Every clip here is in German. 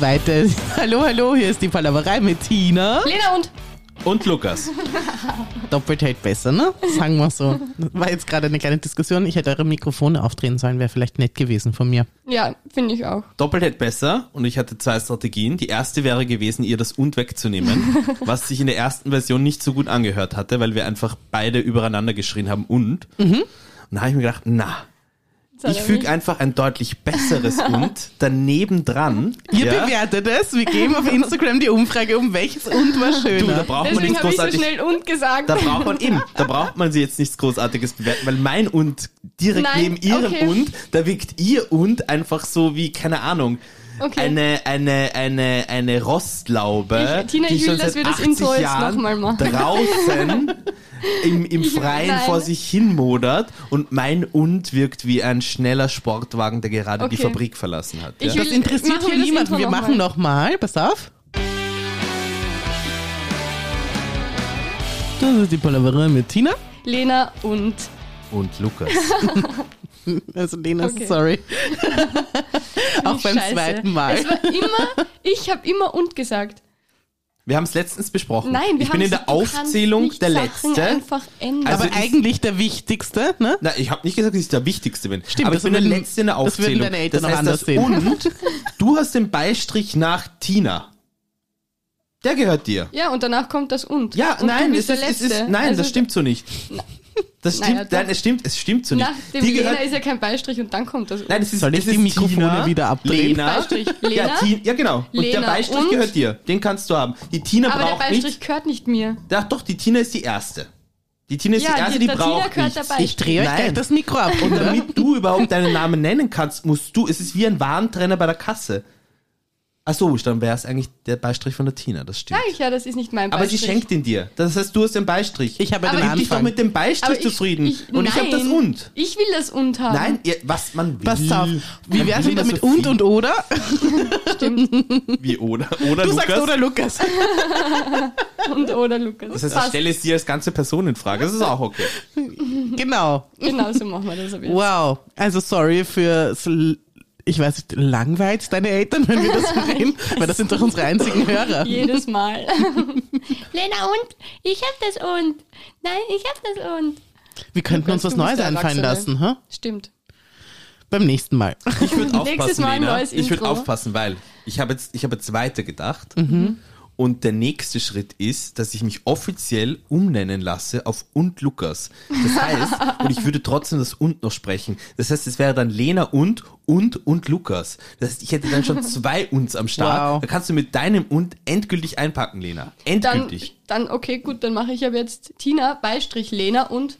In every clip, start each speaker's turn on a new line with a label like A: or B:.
A: weiter. Hallo, hallo, hier ist die Palaverei mit Tina.
B: Lena und
C: Und Lukas.
A: Doppelt hält besser, ne? Sagen wir so. Das war jetzt gerade eine kleine Diskussion. Ich hätte eure Mikrofone aufdrehen sollen, wäre vielleicht nett gewesen von mir.
B: ja, finde ich auch.
C: Doppelt hätte besser und ich hatte zwei Strategien. Die erste wäre gewesen, ihr das und wegzunehmen, was sich in der ersten Version nicht so gut angehört hatte, weil wir einfach beide übereinander geschrien haben und. Und da habe ich mir gedacht, na,
B: Soll
C: ich
B: er
C: füge
B: Mhm. nicht?
C: einfach ein deutlich besseres und daneben dran.
A: Ihr bewertet es. Wir geben auf Instagram die Umfrage, um welches und war
C: Du, da
A: schöner.
C: braucht man
B: Deswegen
C: nichts
B: habe ich so
C: großartig.
B: schnell und gesagt.
C: Da braucht man eben, da braucht man sie jetzt nichts Großartiges bewerten, weil mein und direkt
B: Nein,
C: neben ihrem
B: okay.
C: und, da wirkt ihr und einfach so wie, keine Ahnung,
B: Okay.
C: eine, eine, eine, eine Rostlaube.
B: Ich- Tina,
C: die
B: ich
C: schon
B: will, dass
C: seit
B: wir das
C: 80
B: Intro jetzt
C: Jahren
B: noch mal machen.
C: Draußen im, im Freien
B: nein.
C: vor sich hin modert und mein und wirkt wie ein schneller Sportwagen, der gerade die
B: Okay.
C: Fabrik verlassen hat.
B: Ich
C: ja?
A: Das interessiert hier
B: Machen wir das
A: niemanden.
B: Intro
A: Wir
B: noch
A: machen nochmal. Pass auf. Das ist die Palaverei mit Tina.
B: Lena und
C: Und Lukas.
A: Also Lena,
B: Okay.
A: sorry. Auch beim
B: Scheiße.
A: zweiten Mal.
B: Es war immer, ich habe immer und gesagt.
C: Wir haben es letztens besprochen.
B: Nein, wir
C: ich
B: haben
C: bin in
B: so-
C: der
B: du kannst
C: Aufzählung
B: nicht
C: der
B: Sachen
C: Letzte.
B: einfach ändern.
C: Also
A: Aber
C: ist-
A: eigentlich der wichtigste, ne?
C: Na, ich habe nicht gesagt, dass ich der Wichtigste bin.
A: Stimmt,
C: aber ich
A: das
C: bin der
A: würden-
C: Letzte in der
A: das würden
C: Aufzählung.
A: deine Eltern noch
C: heißt, das Und du hast den Beistrich nach Tina. Der gehört dir.
B: ja, und danach kommt das und.
C: Ja,
B: und
C: nein,
B: du
C: es
B: bist
C: ist,
B: der
C: es
B: Letzte.
C: ist, nein,
B: also,
C: das stimmt so nicht. Das
B: Naja,
C: stimmt,
B: doch.
C: nein, es stimmt, es stimmt so nicht.
B: Nach dem
C: Die
B: Lena
C: gehört-
B: ist ja kein Beistrich und dann kommt das und.
C: nein, es ist,
A: Soll ich
C: es
A: die
C: ist
A: Mikrofone
C: Tina,
A: wieder abdrehen?
C: Lena,
B: Beistrich,
C: Ja,
B: Lena.
C: Ti- ja, genau. und der
B: Lena
C: Beistrich
B: und-
C: gehört dir. Den kannst du haben. Die Tina
B: Aber der
C: braucht
B: Beistrich
C: nicht.
B: gehört nicht mir.
C: Ach doch, die Tina ist die Erste. Die Tina ist
B: Ja,
C: die Erste,
B: die-
C: die
B: der Tina
C: braucht
B: gehört
C: nichts.
B: dabei.
A: Ich drehe euch
C: Nein.
A: gleich das Mikro ab.
C: Und
A: Oder?
C: damit du überhaupt deinen Namen nennen kannst, musst du, es ist wie ein Warentrenner bei der Kasse. Ach so, dann wäre es eigentlich der Beistrich von der Tina, das stimmt.
B: Sag ich ja, das ist nicht mein
C: aber sie
B: Beistrich.
C: schenkt ihn dir. Das heißt, du hast den Beistrich.
A: Ich habe
B: Aber
A: den
B: ich-
C: Gib dich doch
A: Anfang.
C: mit dem
B: Aber
C: Beistrich zufrieden. und ich habe das
B: nein.
C: und.
B: Ich will das und haben.
C: Nein, ihr, was man will.
A: Passt auf. Wie
C: Man
A: wär's
C: will
A: wieder
C: immer
A: mit
C: so
A: und
C: viel.
A: und oder?
C: Wie oder? Oder
A: Du
C: Lukas.
A: sagst oder Lukas.
B: Und oder Lukas.
C: Das heißt, ich
B: Passt.
C: stelle es dir als ganze Person in Frage. Das ist auch okay.
A: Genau.
B: Genau so machen wir das
C: Oh,
B: aber jetzt.
A: Wow. Also sorry für ich weiß nicht, langweilt deine Eltern, wenn wir das so reden, weil das sind doch unsere einzigen Hörer.
B: Jedes Mal. Lena und? Ich hab das und. Nein, ich hab das und.
A: Wir könnten uns was
B: Lukas, du bist
A: Neues
B: der
A: einfallen
B: Erwachsene.
A: lassen, hä?
B: Stimmt.
A: Beim nächsten Mal.
C: Ich würde
B: Nächstes
C: aufpassen,
B: Mal ein
C: Lena.
B: neues
C: ich würde
B: Intro.
C: aufpassen, weil ich habe jetzt, ich habe jetzt weitergedacht.
B: Mhm.
C: Und der nächste Schritt ist, dass ich mich offiziell umnennen lasse auf und Lukas. Das heißt, und ich würde trotzdem das und noch sprechen. Das heißt, es wäre dann Lena und und und Lukas. Das heißt, ich hätte dann schon zwei uns am Start.
A: Wow.
C: Da kannst du mit deinem und endgültig einpacken, Lena.
B: Dann,
C: Endgültig.
B: dann okay, gut, dann mache ich aber jetzt Tina, Beistrich, Lena und.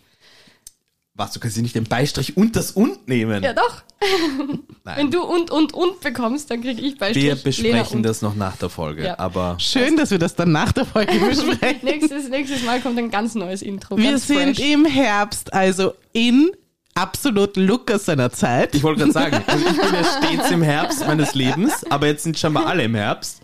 C: Was, du kannst dir nicht den Beistrich und das und nehmen?
B: Ja, doch.
C: Nein.
B: Wenn du und, und, und bekommst, dann kriege ich Beistrich.
C: Wir
B: Lena
C: besprechen
B: und.
C: das noch nach der Folge,
B: Ja.
C: aber
A: Schön, dass wir das dann nach der Folge besprechen.
B: Nächstes, nächstes Mal kommt ein ganz neues Intro.
A: Wir
B: ganz
A: sind
B: fresh.
A: im Herbst, also in absolut Lukas seiner Zeit.
C: Ich wollte gerade sagen, also ich bin ja stets im Herbst meines Lebens, aber jetzt sind schon mal alle im Herbst.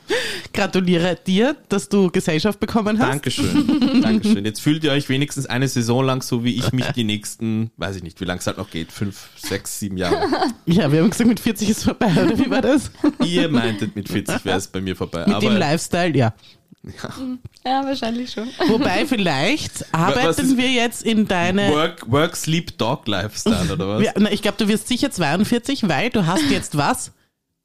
A: gratuliere dir, dass du Gesellschaft bekommen hast.
C: Dankeschön. Dankeschön. Jetzt fühlt ihr euch wenigstens eine Saison lang so, wie ich mich die nächsten, weiß ich nicht, wie lang es halt noch geht, fünf, sechs, sieben Jahre.
A: Ja, wir haben gesagt, mit 40 ist vorbei, oder wie war das?
C: Ihr meintet, mit 40 wäre es bei mir vorbei.
A: Mit
C: aber
A: dem Lifestyle, ja.
C: eh-
B: Ja, wahrscheinlich schon.
A: Wobei, vielleicht arbeiten
C: ist-
A: wir jetzt in deine.
C: Work, work, Sleep, Dog Lifestyle, oder was?
A: Wir, na, ich glaube, du wirst sicher 42, weil du hast jetzt was?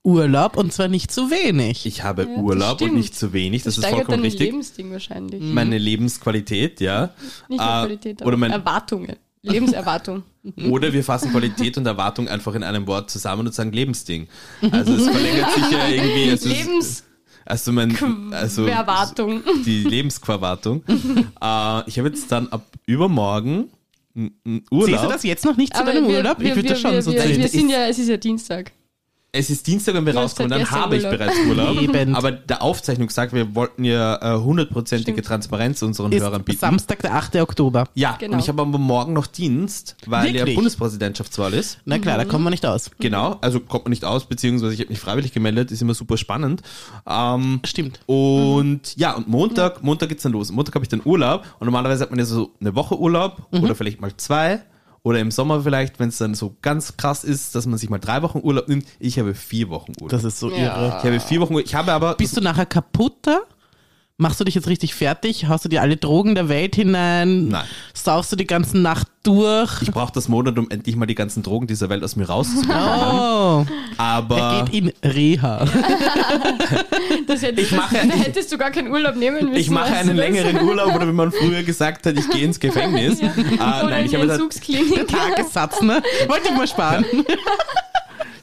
A: Urlaub und zwar nicht zu wenig.
C: Ich habe
B: das
C: Urlaub und
B: stimmt.
C: nicht zu wenig, das, ist
B: Steigert
C: vollkommen
B: dein
C: richtig.
B: Lebensding wahrscheinlich.
C: Meine Lebensqualität, ja.
B: Nicht
C: Äh,
B: nur Qualität, aber
C: oder mein,
B: Erwartungen. Lebenserwartung.
C: Oder wir fassen Qualität und Erwartung einfach in einem Wort zusammen und sagen Lebensding. Also es verlängert sich ja irgendwie. Also, es-
B: Lebensquerwartung.
C: also,
B: Hm,
C: mein, also die Lebensquerwartung. äh, ich habe jetzt dann ab übermorgen n- n- Urlaub.
A: Siehst du das jetzt noch nicht zu
B: Aber
A: deinem
B: wir-
A: Urlaub? ich
B: wir-
A: würde das
B: wir-
A: schon
B: wir,
A: so
B: wir,
A: sehen.
B: Wir sind ja, es ist ja Dienstag.
C: Es ist Dienstag, wenn wir
B: Du hast
C: rauskommen,
B: seit
C: dann
B: gestern
C: habe ich
B: Urlaub.
C: bereits Urlaub.
A: Lebend.
C: Aber der Aufzeichnungstag, wir wollten ja äh, hundertprozentige
B: Stimmt.
C: Transparenz unseren Hörern
A: Ist
C: bieten.
A: Samstag, der 8. Oktober.
C: Ja,
B: Genau.
C: und ich habe aber morgen noch Dienst, weil ja
A: Wirklich?
C: Bundespräsidentschaftswahl ist.
A: Na klar,
B: Mhm.
A: da kommen wir nicht aus.
C: Genau, also kommt man nicht aus, beziehungsweise ich habe mich freiwillig gemeldet, ist immer super spannend. Ähm,
A: Stimmt.
C: und ja, und Montag,
A: Mhm. Mhm.
C: Montag geht's dann los. Montag habe ich dann Urlaub und normalerweise hat man ja so eine Woche Urlaub oder vielleicht mal zwei. Oder im Sommer vielleicht, wenn es dann so ganz krass ist, dass man sich mal drei Wochen Urlaub nimmt. Ich habe vier Wochen Urlaub.
A: Das ist so
B: Ja.
A: irre.
C: ich habe vier Wochen Urlaub. Ich habe aber.
A: Bist du nachher kaputter? Machst du dich jetzt richtig fertig? Haust du dir alle Drogen der Welt hinein?
C: Nein.
A: Saufst du die ganze Nacht durch?
C: ich brauche das Monat, um endlich mal die ganzen Drogen dieser Welt aus mir rauszubekommen.
A: Oh,
C: Aber
A: geht in
C: Ah.
A: Reha.
B: Das hättest,
C: Ich mache-
B: da hättest du gar keinen Urlaub nehmen
A: eh
B: müssen.
C: ich mache
B: weißt du
C: einen
B: das?
C: längeren Urlaub oder wie man früher gesagt hat, ich gehe ins Gefängnis. Ah,
B: Oder
C: nein,
B: in
C: ich
B: die
C: habe da,
B: Entzugsklinik.
A: Tagessatz, ne? Wollte ich mal sparen.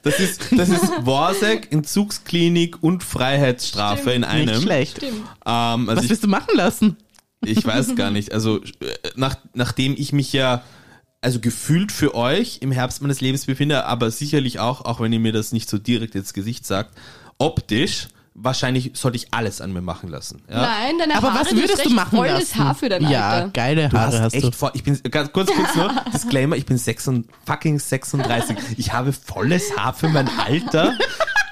C: das ist das ist Worsek, Entzugsklinik und Freiheitsstrafe
B: Stimmt.
C: in einem.
A: Nicht schlecht.
B: Stimmt.
C: Ähm, also
A: Was
C: ich,
A: willst du machen lassen?
C: ich weiß gar nicht. Also äh, nach, nachdem ich mich ja also gefühlt für euch im Herbst meines Lebens befinde, aber sicherlich auch, auch wenn ihr mir das nicht so direkt ins Gesicht sagt, optisch wahrscheinlich sollte ich alles an mir machen lassen. Ja?
B: Nein, deine
A: Aber
B: Haare
A: was
B: du hast
A: würdest du
B: recht
A: machen
B: volles
A: lassen?
B: Haar für dein
A: ja,
B: Alter.
A: geile
C: Du
A: Haare
C: hast,
A: hast,
C: echt
A: du.
C: voll. Ich bin ganz kurz, kurz nur Disclaimer: Ich bin 6 und fucking 36. Ich habe volles Haar für mein Alter.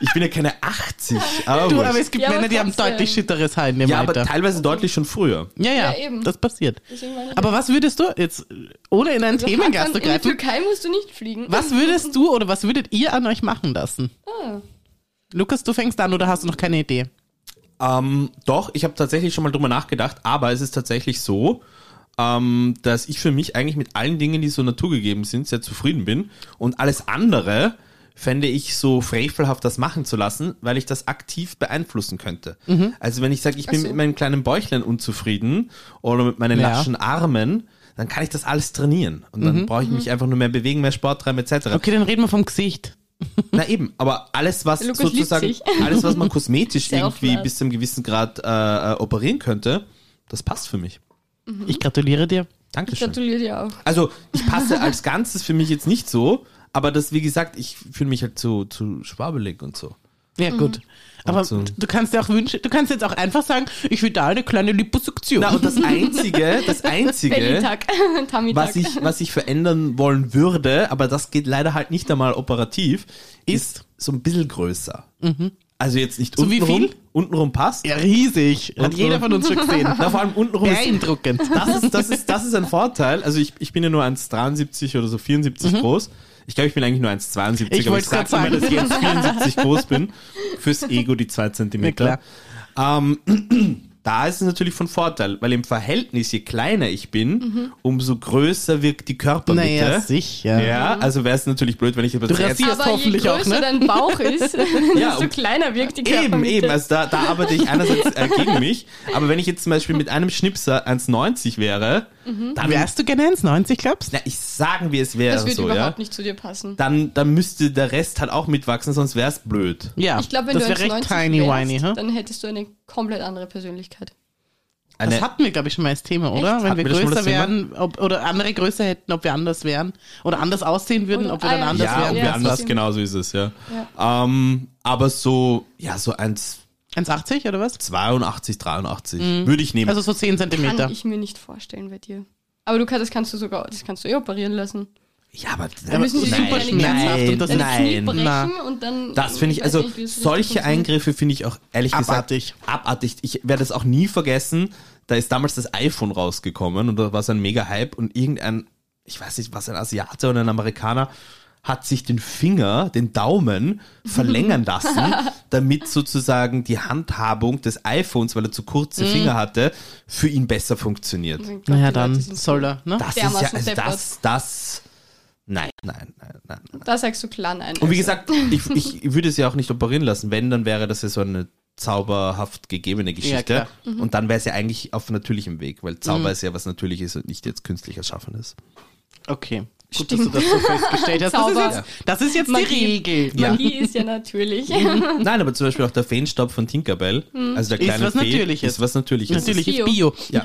C: Ich bin ja keine 80. Aber,
A: Du,
C: wurscht.
A: aber es gibt
B: Ja, aber
A: Männer, die haben
B: trotzdem.
A: deutlich schütteres Haar in dem
C: ja, aber
A: Alter.
C: teilweise deutlich schon früher.
A: ja, ja,
B: Ja, eben.
A: das passiert.
B: Deswegen meine ich-
A: Aber was würdest du jetzt, ohne in einen
B: Also
A: Themengast
B: Hakan,
A: zu
B: in die
A: greifen,
B: Türkei musst du nicht fliegen.
A: was würdest du oder was würdet ihr an euch machen lassen?
B: Ah.
A: Lukas, du fängst an oder hast du noch keine Idee?
C: Ähm, doch, ich habe tatsächlich schon mal drüber nachgedacht, aber es ist tatsächlich so, ähm, dass ich für mich eigentlich mit allen Dingen, die so naturgegeben sind, sehr zufrieden bin. Und alles andere fände ich so frevelhaft, das machen zu lassen, weil ich das aktiv beeinflussen könnte. Also wenn ich sage, ich bin
B: so.
C: mit meinem kleinen Bäuchlein unzufrieden oder mit meinen
A: Ja.
C: laschen Armen, dann kann ich das alles trainieren. Und dann brauche ich mich einfach nur mehr bewegen, mehr Sport treiben, etc.
A: Okay, dann reden wir vom Gesicht.
C: Na eben, aber alles, was
B: Lukas liebt
C: sozusagen,
B: sich.
C: alles, was man kosmetisch
B: Self-love.
C: irgendwie bis zu einem gewissen Grad äh, äh, operieren könnte, das passt für mich.
B: Mhm.
A: Ich gratuliere dir.
B: Ich
C: Dankeschön.
B: gratuliere dir auch.
C: Also ich passe als Ganzes für mich jetzt nicht so, aber das, wie gesagt, ich fühle mich halt zu, zu schwabelig und so.
B: Mhm.
A: Ja, gut. Aber
C: so.
A: du kannst dir auch wünschen, du kannst jetzt auch einfach sagen, ich will da eine kleine Liposuktion.
C: Na, und das Einzige, das Einzige,
B: Belly-Tag, Tummy-Tag.
C: was ich, was ich verändern wollen würde, aber das geht leider halt nicht einmal operativ, ist so ein bisschen größer.
B: Mhm.
C: Also jetzt nicht
A: So wie
C: untenrum.
A: viel?
C: Untenrum passt.
A: ja, riesig. Hat
C: Und-
A: jeder von uns schon gesehen.
C: Na, vor allem untenrum ist
A: Beeindruckend.
C: Das ist, das ist, das ist ein Vorteil. Also ich, ich bin ja nur 1,73 oder so 74 groß. Ich glaube, ich bin eigentlich nur 1,72,
A: Mhm. Ich
C: aber
A: wollte
C: ich sage
A: gerade
C: immer, dass ich
A: sagen.
C: 1,74 groß bin. Fürs Ego die zwei Zentimeter. Ähm, da ist es natürlich von Vorteil, weil im Verhältnis, je kleiner ich bin, umso größer wirkt die Körpermitte.
A: Naja, Mhm. sicher.
C: Ja, also wäre es natürlich blöd, wenn ich jetzt
A: Du rasierst
B: aber je
A: hoffentlich
B: größer
A: auch, ne? um-
B: dein Bauch ist, desto
C: und-
B: kleiner wirkt die Körpermitte.
C: Eben, eben. Also da, da arbeite ich einerseits äh, gegen mich, aber wenn ich jetzt zum Beispiel mit einem Schnipser 1,90 wäre, dann
A: Wärst du gerne 1,90, glaubst du?
C: Na, ich sagen, wie es
B: Das
C: wäre
B: wird
C: so, ja.
B: überhaupt nicht zu dir passen.
C: Dann, dann müsste der Rest halt auch mitwachsen, sonst wäre es blöd.
A: Ja,
B: Ich glaube, wenn
A: das
B: du
A: wäre
B: 1,90
A: recht tiny
B: wärst,
A: whiny. Huh?
B: dann hättest du eine komplett andere Persönlichkeit.
A: Das
C: Eine-
A: hatten wir, glaube ich, schon mal als Thema, oder?
B: Echt?
A: Wenn wir
C: Hatten wir das schon mal
A: größer
C: das Thema?
A: wären ob, oder andere Größe hätten, ob wir anders wären oder anders aussehen würden,
B: Oder-
A: ob wir
B: ah,
A: dann
B: ja.
A: anders
C: ja,
A: wären.
C: ob wir
B: Ja,
C: anders,
B: stimmt.
C: genau so ist es, ja. Ähm, aber so, ja, so 1,82,
A: 1,80 oder was?
C: 83 würde ich nehmen.
A: Also so 10
B: Kann
A: Zentimeter.
B: ich mir nicht vorstellen bei dir. Aber du kannst, das kannst du sogar, das kannst du eh operieren lassen.
C: ja, aber,
A: müssen
B: sie
C: nein,
B: super
A: schmerzhaft
C: nein,
A: und das ist
B: Knie
C: nein.
B: brechen
A: na.
B: und dann.
C: Das finde ich,
B: weiß
C: also
B: nicht, wie es richtig
C: solche
B: funktioniert.
C: Eingriffe finde ich auch ehrlich
A: Abartig.
C: gesagt abartig. Ich werde es auch nie vergessen. Da ist damals das iPhone rausgekommen und da war so ein mega Hype und irgendein, ich weiß nicht, was ein Asiate oder ein Amerikaner hat sich den Finger, den Daumen verlängern lassen, damit sozusagen die Handhabung des iPhones, weil er zu kurze Finger hatte, für ihn besser funktioniert.
B: Mhm. Oh mein Gott, die
A: Naja,
B: Leute
A: dann
B: sind so-
A: soll er, ne?
C: Das ist ja,
B: Dermaßen
C: also
B: deppert.
C: das, das, nein, nein, nein, nein. nein.
B: Da sagst du klar nein.
C: Und wie
A: Also.
C: gesagt, ich, ich würde es ja auch nicht operieren lassen. Wenn, dann wäre das ja so eine zauberhaft gegebene Geschichte.
A: Ja, klar. Mhm.
C: Und dann wäre es ja eigentlich auf natürlichem Weg, weil Zauber ist ja was Natürliches und nicht jetzt künstlich Erschaffenes.
A: Okay. Gut,
B: Stimmt.
A: dass du das so festgestellt hast. Das ist
B: Zauber.
A: jetzt, das ist jetzt die
B: Magie.
A: Regel.
C: Ja.
B: Also, Magie ist ja natürlich.
C: Nein, aber zum Beispiel auch der Feenstaub von Tinkerbell, also der
A: Mhm. Ist
C: kleine
A: was
C: Fee,
A: Natürliches.
C: ist was Natürliches.
A: Natürlich ist
B: Bio.
A: Bio.
C: Ja.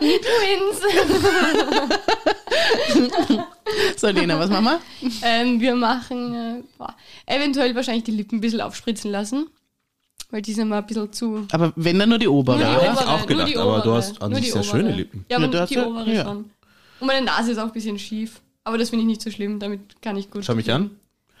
B: Twins.
A: So, Lena, was machen wir?
B: ähm, wir machen äh, boah, eventuell wahrscheinlich die Lippen ein bisschen aufspritzen lassen, weil die sind mal ein bisschen zu.
A: Aber wenn dann nur die obere,
B: Nur die
A: oder?
C: ich
B: obere,
C: auch
B: nur
C: gedacht,
B: die
C: aber du
B: obere,
C: hast an
B: nur
C: sich
B: die
C: sehr
B: obere.
C: schöne Lippen.
B: Ja,
A: Ja,
B: aber
A: du hast
B: die
A: ja-
B: obere
A: ja.
B: schon. Und meine Nase ist auch ein bisschen schief, aber das finde ich nicht so schlimm, damit kann ich gut.
C: Schau mich an.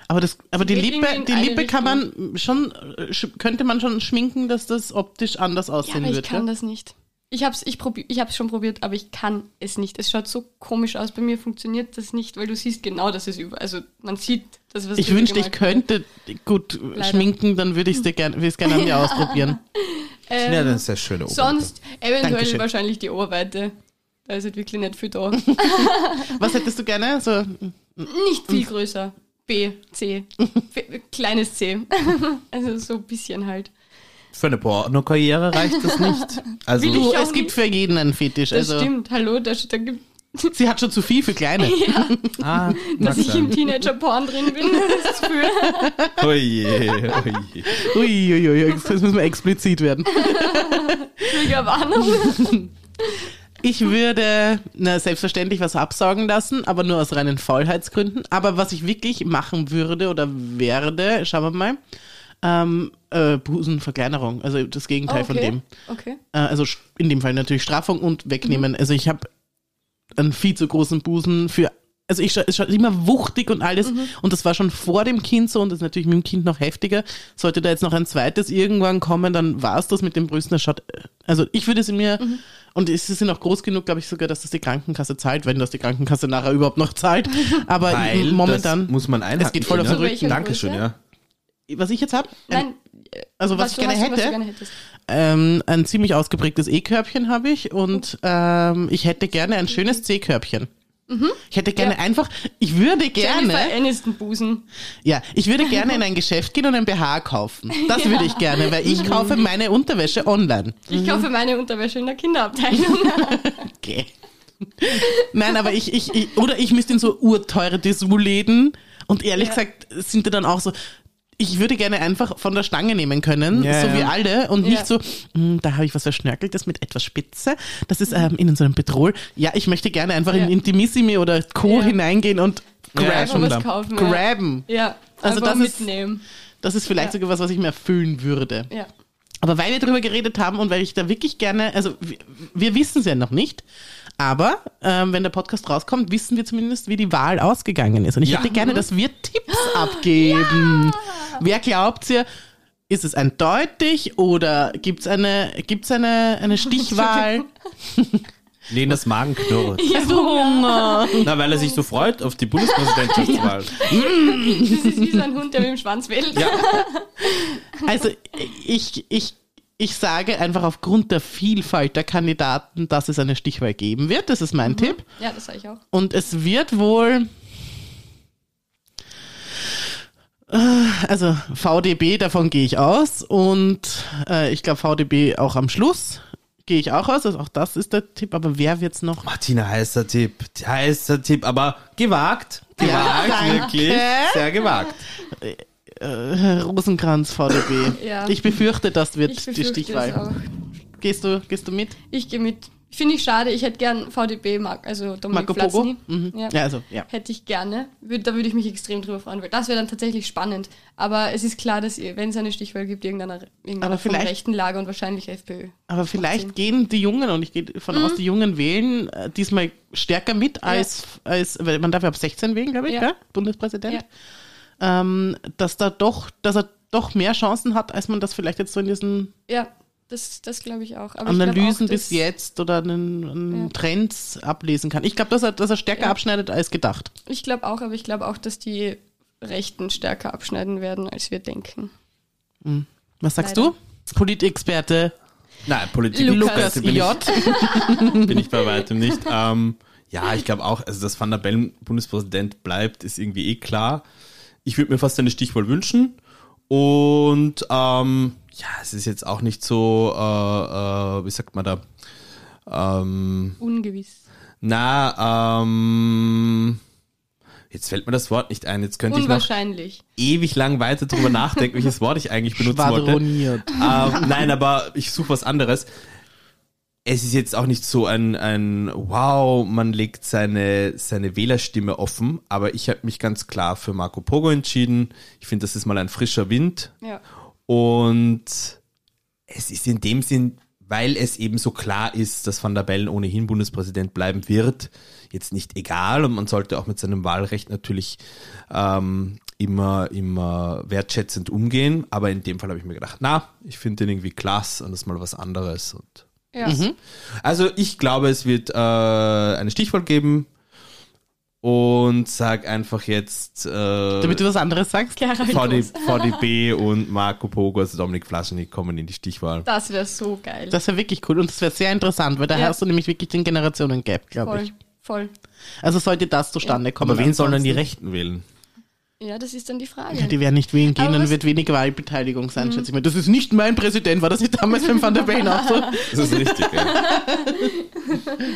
A: Aber, das, aber die
B: Geht irgendwie
A: Lippe,
B: in
A: die
B: eine
A: Lippe kann man schon, äh, sch könnte man schon schminken, dass das optisch anders
B: Ja,
A: aussehen
B: aber ich
A: wird.
B: kann
A: ja?
B: das nicht. Ich habe es ich probi ich hab's schon probiert, aber ich kann es nicht. Es schaut so komisch aus. Bei mir funktioniert das nicht, weil du siehst genau, dass es über. Also man sieht, dass was
A: Ich
B: drüber
A: wünschte, ich
B: gemalt wurde.
A: könnte gut schminken, dann würde ich es gerne gern an mir ausprobieren.
C: Ja, das ist eine sehr schöne
A: Ähm,
C: Oberlippe.
B: Ähm, Sonst eventuell
A: Dankeschön.
B: wahrscheinlich die Oberweite. Da ist halt wirklich nicht viel da.
A: Was hättest du gerne? So,
B: Nicht viel größer. B, C. F- Kleines C. also so ein bisschen halt.
C: Für eine Pornokarriere reicht das nicht. Also,
B: Will
A: du,
B: Ich auch
A: es gibt
B: nicht.
A: für jeden einen Fetisch.
B: Das
A: also,
B: stimmt. Hallo, da, da gibt
A: sie hat schon zu viel für kleine.
C: ah,
B: dass
C: mag
B: ich im
C: sein.
B: Teenager-Porn drin bin. Das ist für.
C: Oh je, oh je.
A: Uiuiui, jetzt müssen wir explizit werden.
B: Triggerwarnung.
A: Ich würde na, selbstverständlich was absaugen lassen, aber nur aus reinen Faulheitsgründen. Aber was ich wirklich machen würde oder werde, schauen wir mal, ähm, äh, Busenverkleinerung, also das Gegenteil von dem.
B: Okay.
A: Äh, also sch- in dem Fall natürlich Strafung und
B: Mhm.
A: wegnehmen. Also ich habe einen viel zu großen Busen für. Also ich scha- es schaut immer wuchtig und alles.
B: Mhm.
A: Und das war schon vor dem Kind so und das ist natürlich mit dem Kind noch heftiger. Sollte da jetzt noch ein zweites irgendwann kommen, dann war es das mit den Brüsten. Das schaut, also ich würde sie mir,
B: Mhm.
A: und es sind auch groß genug, glaube ich sogar, dass das die Krankenkasse zahlt, wenn das die Krankenkasse nachher überhaupt noch zahlt. Aber
C: Weil das
A: momentan,
C: muss man einhaken.
A: Es geht voll auf
C: Tina.
A: den Rücken.
C: Dankeschön, ja.
A: was ich jetzt habe,
B: Nein.
A: also was, ich
B: du
A: gerne
B: hast,
A: hätte,
B: Was du gerne hättest.
A: Ähm, ein ziemlich ausgeprägtes E-Körbchen habe ich und ähm, ich hätte gerne ein schönes C-Körbchen. Ich hätte gerne
B: Mhm. Ja.
A: einfach, ich würde
B: Jennifer
A: gerne,
B: äh, Aniston Busen.
A: ja, ich würde gerne in ein Geschäft gehen und ein BH kaufen. Das würde ich gerne, weil ich kaufe meine Unterwäsche online.
B: Ich kaufe meine Unterwäsche in der Kinderabteilung.
A: Okay. Nein, aber ich, ich, ich, oder ich müsste in so urteure Dessous-Läden und ehrlich
B: Ja.
A: gesagt sind die dann auch so, ich würde gerne einfach von der Stange nehmen können,
C: Ja,
A: so wie
C: ja.
A: alle und
B: Ja.
A: nicht so, "Hm, da habe ich was Verschnörkeltes mit etwas Spitze, das ist ähm, in so einem Petrol. Ja, ich möchte gerne einfach
B: Ja.
A: in Intimissimi oder Co.
B: Ja.
A: hineingehen und
C: Ja,
A: grabben.
C: schon
B: was
C: da.
B: kaufen. ja.
A: grabben.
B: Ja,
A: Also
B: einfach
A: das ist-
B: mitnehmen.
A: Das ist vielleicht
B: Ja.
A: sogar was, was ich mir erfüllen würde.
B: Ja.
A: Aber weil wir darüber geredet haben und weil ich da wirklich gerne, also wir, wir wissen es ja noch nicht, aber ähm, wenn der Podcast rauskommt, wissen wir zumindest, wie die Wahl ausgegangen ist. Und ich
C: Ja.
A: hätte gerne, dass wir Tipps abgeben. Wer glaubt ihr, ist es eindeutig oder gibt es eine, gibt's eine, eine Stichwahl?
C: Lenas Magen knurrt.
B: ja.
A: Hunger.
C: Na, weil er sich so freut auf die Bundespräsidentschaftswahl.
B: Das ist wie so ein Hund, der mit dem Schwanz wedelt.
C: Ja.
A: Also ich, ich, ich sage einfach aufgrund der Vielfalt der Kandidaten, dass es eine Stichwahl geben wird. Das ist mein Tipp.
B: ja, das sage ich auch.
A: Und es wird wohl. Äh, Also VDB, davon gehe ich aus. Und äh, ich glaube VDB auch am Schluss gehe ich auch aus. Also auch das ist der Tipp. Aber wer wird's noch?
C: Martina, heißer Tipp. Heißer Tipp, aber gewagt.
A: Ja,
C: Gewagt,
A: danke.
C: wirklich. Sehr gewagt.
A: Herr Rosenkranz VDB.
B: Ja.
A: Ich befürchte, das wird
B: Ich
A: die
B: befürchte es
A: Stichwahl.
B: auch.
A: Gehst du, gehst du mit?
B: Ich gehe mit. Finde ich schade, ich hätte gern VDB, Mark, also Dominik
A: Marco Pogo?
B: Platzny.
A: Mhm. Ja.
B: Ja.
A: also ja.
B: Hätte ich gerne. Würd, da würde ich mich extrem drüber freuen, weil das wäre dann tatsächlich spannend. Aber es ist klar, dass ihr- wenn es eine Stichwahl gibt, irgendeiner, irgendeiner
A: Aber
B: vom
A: vielleicht-
B: rechten Lager und wahrscheinlich FPÖ.
A: Aber vielleicht gehen die Jungen, und ich gehe davon
B: Mhm.
A: aus, die Jungen wählen äh, diesmal stärker mit als, als weil man darf ja ab 16 wählen, glaube ich,
B: Ja.
A: gell? Bundespräsident. Ähm, dass da doch, dass er doch mehr Chancen hat, als man das vielleicht jetzt so in diesen
B: Ja, das, das glaube ich auch. Aber ich glaub
A: Analysen
B: auch,
A: bis
B: dass-
A: jetzt oder einen, einen
B: Ja.
A: Trends ablesen kann. Ich glaube, dass er, dass er stärker
B: Ja.
A: abschneidet als gedacht.
B: Ich glaube auch, aber ich glaube auch, dass die Rechten stärker abschneiden werden, als wir denken.
A: Was sagst
B: Leider.
A: du? Politexperte
C: Nein, Politik
A: Lukas
C: bin,
A: J.
C: ich, bin ich bei weitem nicht. Ähm, ja, ich glaube auch, also dass Van der Bellen Bundespräsident bleibt, ist irgendwie eh klar. Ich würde mir fast eine Stichwahl wünschen. Und ähm, ja, es ist jetzt auch nicht so, äh, äh, wie sagt man da? Ähm,
B: Ungewiss.
C: na, ähm, jetzt fällt mir das Wort nicht ein. Jetzt könnte ich noch
B: Unwahrscheinlich.
C: ewig lang weiter drüber nachdenken, welches Wort ich eigentlich benutzen wollte.
A: Schwadroniert.
C: Ähm, nein, aber ich suche was anderes. Es ist jetzt auch nicht so ein, ein Wow, man legt seine, seine Wählerstimme offen, aber ich habe mich ganz klar für Marco Pogo entschieden. Ich finde, das ist mal ein frischer Wind.
B: Ja.
C: Und es ist in dem Sinn, weil es eben so klar ist, dass Van der Bellen ohnehin Bundespräsident bleiben wird, jetzt nicht egal. Und man sollte auch mit seinem Wahlrecht natürlich ähm, immer, immer wertschätzend umgehen. Aber in dem Fall habe ich mir gedacht, na, ich finde den irgendwie klasse und das ist mal was anderes. Und
B: Ja.
A: Mhm.
C: Also ich glaube, es wird äh, eine Stichwahl geben und sag einfach jetzt äh,
A: Damit du was anderes sagst.
B: Gerald
C: VD,
B: Groß.
C: VDB und Marco Pogo, also Dominik Flaschenik, kommen in die Stichwahl.
B: Das wäre so geil.
A: Das wäre wirklich cool und das wäre sehr interessant, weil da
B: Ja.
A: hast du nämlich wirklich den Generationen-Gap, glaube
B: voll,
A: ich.
B: voll.
A: Also sollte das zustande kommen.
C: Aber wen sollen dann die
A: ansonsten-
C: Rechten wählen?
B: Ja, das ist dann die Frage.
A: Ja, die werden nicht wählen gehen,
B: Aber
A: dann
B: was- Mhm.
A: wird wenig Wahlbeteiligung sein, schätze ich mal. Das ist nicht mein Präsident, war das nicht damals beim Van der Bellen auch so?
C: Das ist richtig. ja.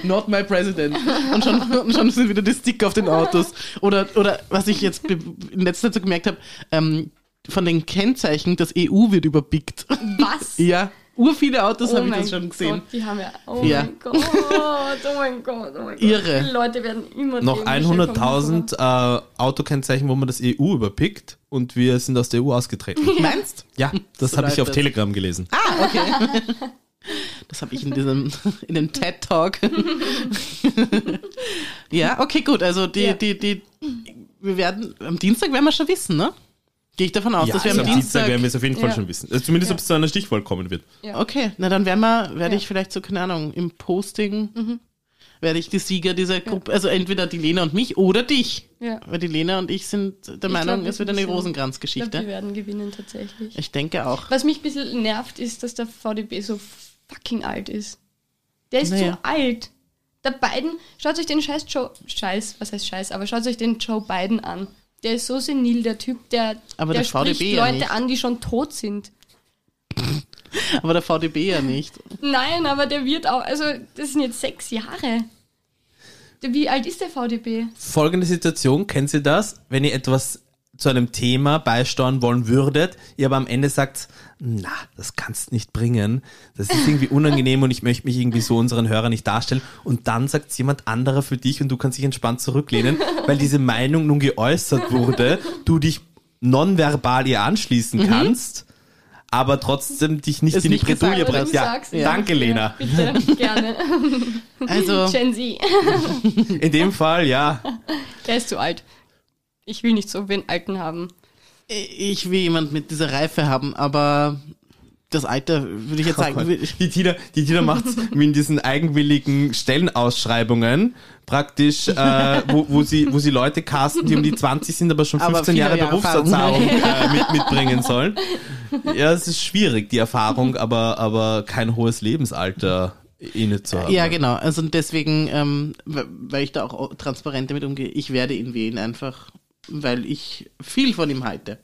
A: Not my president. Und schon, und schon sind wieder die Sticker auf den Autos. Oder, oder was ich jetzt be- in letzter Zeit gemerkt habe, ähm, von den Kennzeichen, das EU wird überbiegt.
B: Was?
A: Ja, ur viele Autos
B: Oh
A: habe ich
B: mein
A: das schon gesehen.
B: Gott, die haben ja. Oh
A: Ja.
B: mein Gott, oh mein Gott, oh mein Gott.
A: Irre.
B: Die Leute werden immer
C: Noch
B: dämlicher vom
C: 100.000 äh, Autokennzeichen, wo man das EU überpickt und wir sind aus der EU ausgetreten.
A: Meinst?
C: Ja, das
A: So
C: habe ich
A: läuft
C: auf
A: das.
C: Telegram gelesen.
A: Ah, okay. Das habe ich in diesem, in dem TED Talk. ja, okay, gut. Also die,
B: Ja.
A: die, die, wir werden, am Dienstag werden wir schon wissen, ne? Gehe ich davon aus,
C: ja,
A: dass wir am
C: also
B: am
A: Dienstag.
C: werden wir es auf jeden Fall
B: Ja.
C: schon wissen. Also zumindest,
B: Ja.
C: ob es zu einer Stichwahl kommen wird.
B: Ja.
A: Okay, na dann werden wir, werde
B: Ja. Mhm.
A: ich vielleicht so, keine Ahnung, im Posting werde ich die Sieger dieser Gruppe, also entweder die Lena und mich oder dich.
B: Ja.
A: Weil die Lena und ich sind der Meinung,
B: glaub,
A: es
B: das
A: wird eine
B: ist ein-
A: Rosenkranz-Geschichte.
B: Ich glaube, die werden gewinnen tatsächlich.
A: Ich denke auch.
B: Was mich ein bisschen nervt, ist, dass der VDB so fucking alt ist. Der ist
A: Naja.
B: so alt. Der Biden, schaut euch den Scheiß Joe, Scheiß, was heißt Scheiß, aber schaut euch den Joe Biden an. Der ist so senil, der Typ, der,
A: Aber
B: der
A: der VDB
B: spricht
A: ja
B: Leute
A: nicht.
B: an, die schon tot sind.
A: Aber der VDB ja nicht.
B: Nein, aber der wird auch, also das sind jetzt sechs Jahre. Der- Wie alt ist der VDB?
C: folgende Situation, kennen Sie das? Wenn ihr etwas zu einem Thema beisteuern wollen würdet, ihr aber am Ende sagt, na, das kannst nicht bringen, das ist irgendwie unangenehm und ich möchte mich irgendwie so unseren Hörern nicht darstellen und dann sagt jemand anderer für dich und du kannst dich entspannt zurücklehnen, weil diese Meinung nun geäußert wurde, du dich nonverbal ihr anschließen kannst, aber trotzdem dich nicht
A: Mhm. Ist
C: in die
A: nicht gesagt,
C: Bredouille
A: oder?
C: bringst.
B: Du
C: Ja,
B: sagst, ja.
C: danke Lena.
B: Ja, bitte, gerne.
A: Also,
B: Gen Z.
C: In dem Fall, ja.
B: Der ist zu alt. Ich will nicht so einen Alten haben.
A: ich will jemand mit dieser Reife haben, aber das Alter würde ich jetzt sagen.
C: Oh
A: will-
C: Gott. Die Tina, die Tina macht's wie in diesen eigenwilligen Stellenausschreibungen praktisch, äh, wo, wo, sie, wo sie Leute casten, die um die 20 sind, aber schon
A: Aber
C: 15
A: viele
C: Jahre
A: Jahre
C: Berufserfahrung äh, mit, mitbringen sollen. Ja, es ist schwierig, die
A: Mhm.
C: Erfahrung, aber, aber kein hohes Lebensalter inne zu haben. ne?
A: Ja, genau. Also deswegen, ähm, w- weil ich da auch transparent damit umgehe, ich werde ihn wählen einfach, weil ich viel von ihm halte.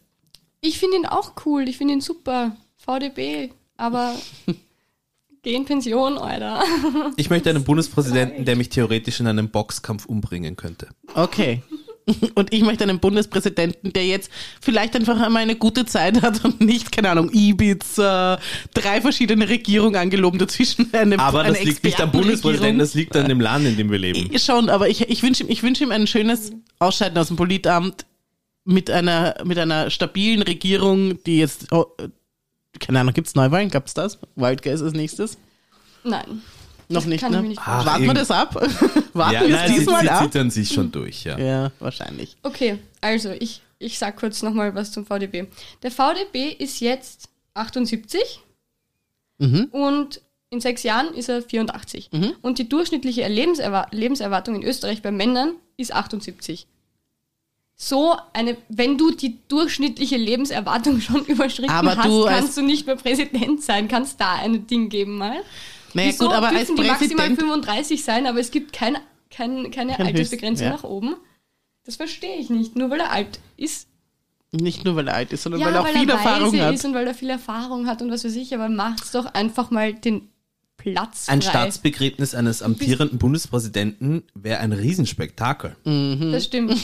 B: Ich finde ihn auch cool, ich finde ihn super. VDB, aber geh in Pension, Alter.
C: Ich möchte einen Bundespräsidenten, der mich theoretisch in einem Boxkampf umbringen könnte.
A: Okay. Und ich möchte einen Bundespräsidenten, der jetzt vielleicht einfach einmal eine gute Zeit hat und nicht, keine Ahnung, Ibiza, drei verschiedene Regierungen angeloben dazwischen. Eine,
C: Aber
A: eine
C: das liegt nicht am
A: Expertenregierung.
C: Bundespräsidenten, das liegt an dem Land, in dem wir leben.
A: Eh, Schon, aber ich, ich wünsche ihm, ich wünsche ihm ein schönes Ausscheiden aus dem Politamt mit einer, mit einer stabilen Regierung, die jetzt, oh, keine Ahnung, gibt's Neuwahlen? Gab's das? Wildcare ist als nächstes?
B: Nein.
A: Noch nicht,
B: kann ich
A: ne?
B: mir nicht
C: Ach,
A: Warten wir
C: irgend-
A: das ab? Warten
C: Ja,
A: wir
C: nein,
A: es
C: sie,
A: diesmal
C: sie
A: ab?
C: zittern sich schon durch, ja.
A: Ja, wahrscheinlich.
B: Okay, also ich, ich sag kurz nochmal was zum VDB. Der VDB ist jetzt 78
A: Mhm.
B: und in sechs Jahren ist er 84. Und die durchschnittliche Lebenserwa Lebenserwartung in Österreich bei Männern ist 78. So eine, wenn du die durchschnittliche Lebenserwartung schon überschritten
A: Aber
B: hast,
A: du als-
B: kannst du nicht mehr Präsident sein. Kannst da ein Ding geben mal.
A: Naja,
B: Wieso
A: gut, aber als
B: dürfen die maximal
A: Präsident
B: 35 sein, aber es gibt kein, kein, keine
A: Kein
B: Altersbegrenzung
A: Höchst- ja.
B: nach oben? Das verstehe ich nicht. Nur weil er alt ist,
A: Nicht nur, weil er alt ist, sondern
B: ja,
A: weil er auch viel
B: weise
A: Erfahrung hat.
B: ist und weil er viel Erfahrung hat und was weiß ich, aber macht's doch einfach mal den Platz
C: Ein
B: frei.
C: Staatsbegräbnis eines amtierenden Bundespräsidenten wäre ein Riesenspektakel.
B: Mhm.
A: Hm.
B: Das stimmt.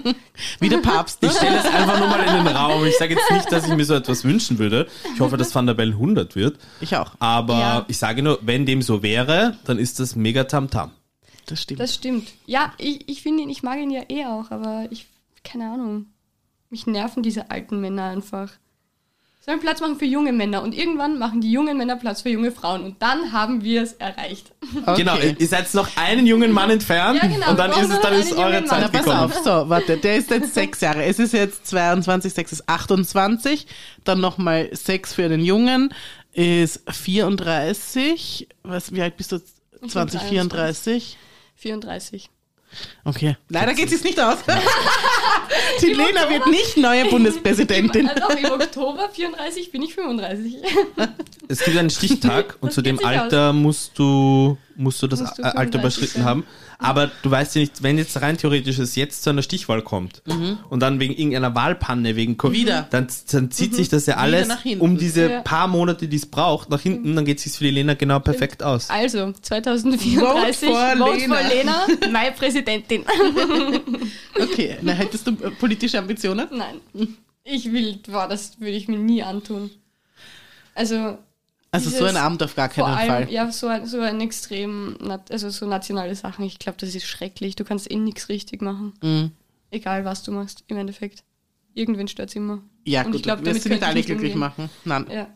A: Wie der Papst. Ne?
C: Ich stelle es einfach nur mal in den Raum. Ich sage jetzt nicht, dass ich mir so etwas wünschen würde. Ich hoffe, dass Van der Bellen 100 wird.
A: Ich auch.
C: Aber
B: Mhm. Ja.
C: ich sage nur, wenn dem so wäre, dann ist das mega Tamtam.
A: Das stimmt.
B: Das stimmt. Ja, ich, ich finde ihn, ich mag ihn ja eh auch, aber ich, keine Ahnung. Mich nerven diese alten Männer einfach. Sollen Platz machen für junge Männer und irgendwann machen die jungen Männer Platz für junge Frauen und dann haben wir es erreicht.
A: okay.
C: Genau, ihr seid noch einen jungen Mann entfernt
B: Ja, genau.
C: und dann
B: Wir
C: ist es dann
B: brauchen
C: ist
B: noch einen
C: eure
B: jungen Mann.
A: Na,
C: Zeit
A: pass
C: gekommen.
A: auf, so, warte, der ist jetzt sechs Jahre. Es ist jetzt 22, 6 ist 28, dann nochmal sechs für einen Jungen, ist 34. Was, wie alt bist du? 20, 34.
B: 34.
A: Okay. Leider geht es nicht aus. Die Lena wird nicht neue Bundespräsidentin.
B: Also im Oktober 34 bin ich 35.
C: Es gibt einen Stichtag und
B: Das
C: zu
B: geht
C: dem
B: sich
C: Alter musst du, musst du das
B: Musst du
C: A-
B: 35
C: Alter überschritten
B: sein.
C: haben. Aber du weißt ja nicht, wenn jetzt rein theoretisch es jetzt zu einer Stichwahl kommt
B: Mhm.
C: und dann wegen irgendeiner Wahlpanne wegen Covid,
A: Wieder.
C: Dann, dann zieht
B: Mhm.
C: sich das ja alles
A: nach hinten.
C: um diese
B: Ja.
C: paar Monate, die es braucht, nach hinten, dann geht es sich für die Lena genau perfekt aus.
B: Also, 2034,
A: Vote for
B: Vote,
A: Lena.
B: for Lena, meine Präsidentin.
A: Okay. Na, hättest du äh, politische Ambitionen?
B: Nein, ich will, boah, das würde ich mir nie antun. Also,
A: Also so
B: Dieses-
A: ein Abend auf gar
B: vor
A: keinen
B: allem,
A: Fall.
B: ja, so ein, so ein extrem, nat- also so nationale Sachen, ich glaube, das ist schrecklich. Du kannst eh nichts richtig machen.
A: Mhm.
B: Egal, was du machst, im Endeffekt. Irgendwen stört es immer.
A: Ja,
B: Und
A: gut,
B: ich glaub,
A: du wirst
B: damit
A: sie nicht
B: könnte ich
A: alle
B: nicht
A: glücklich
B: umgehen.
A: machen. Nein,
B: Ja.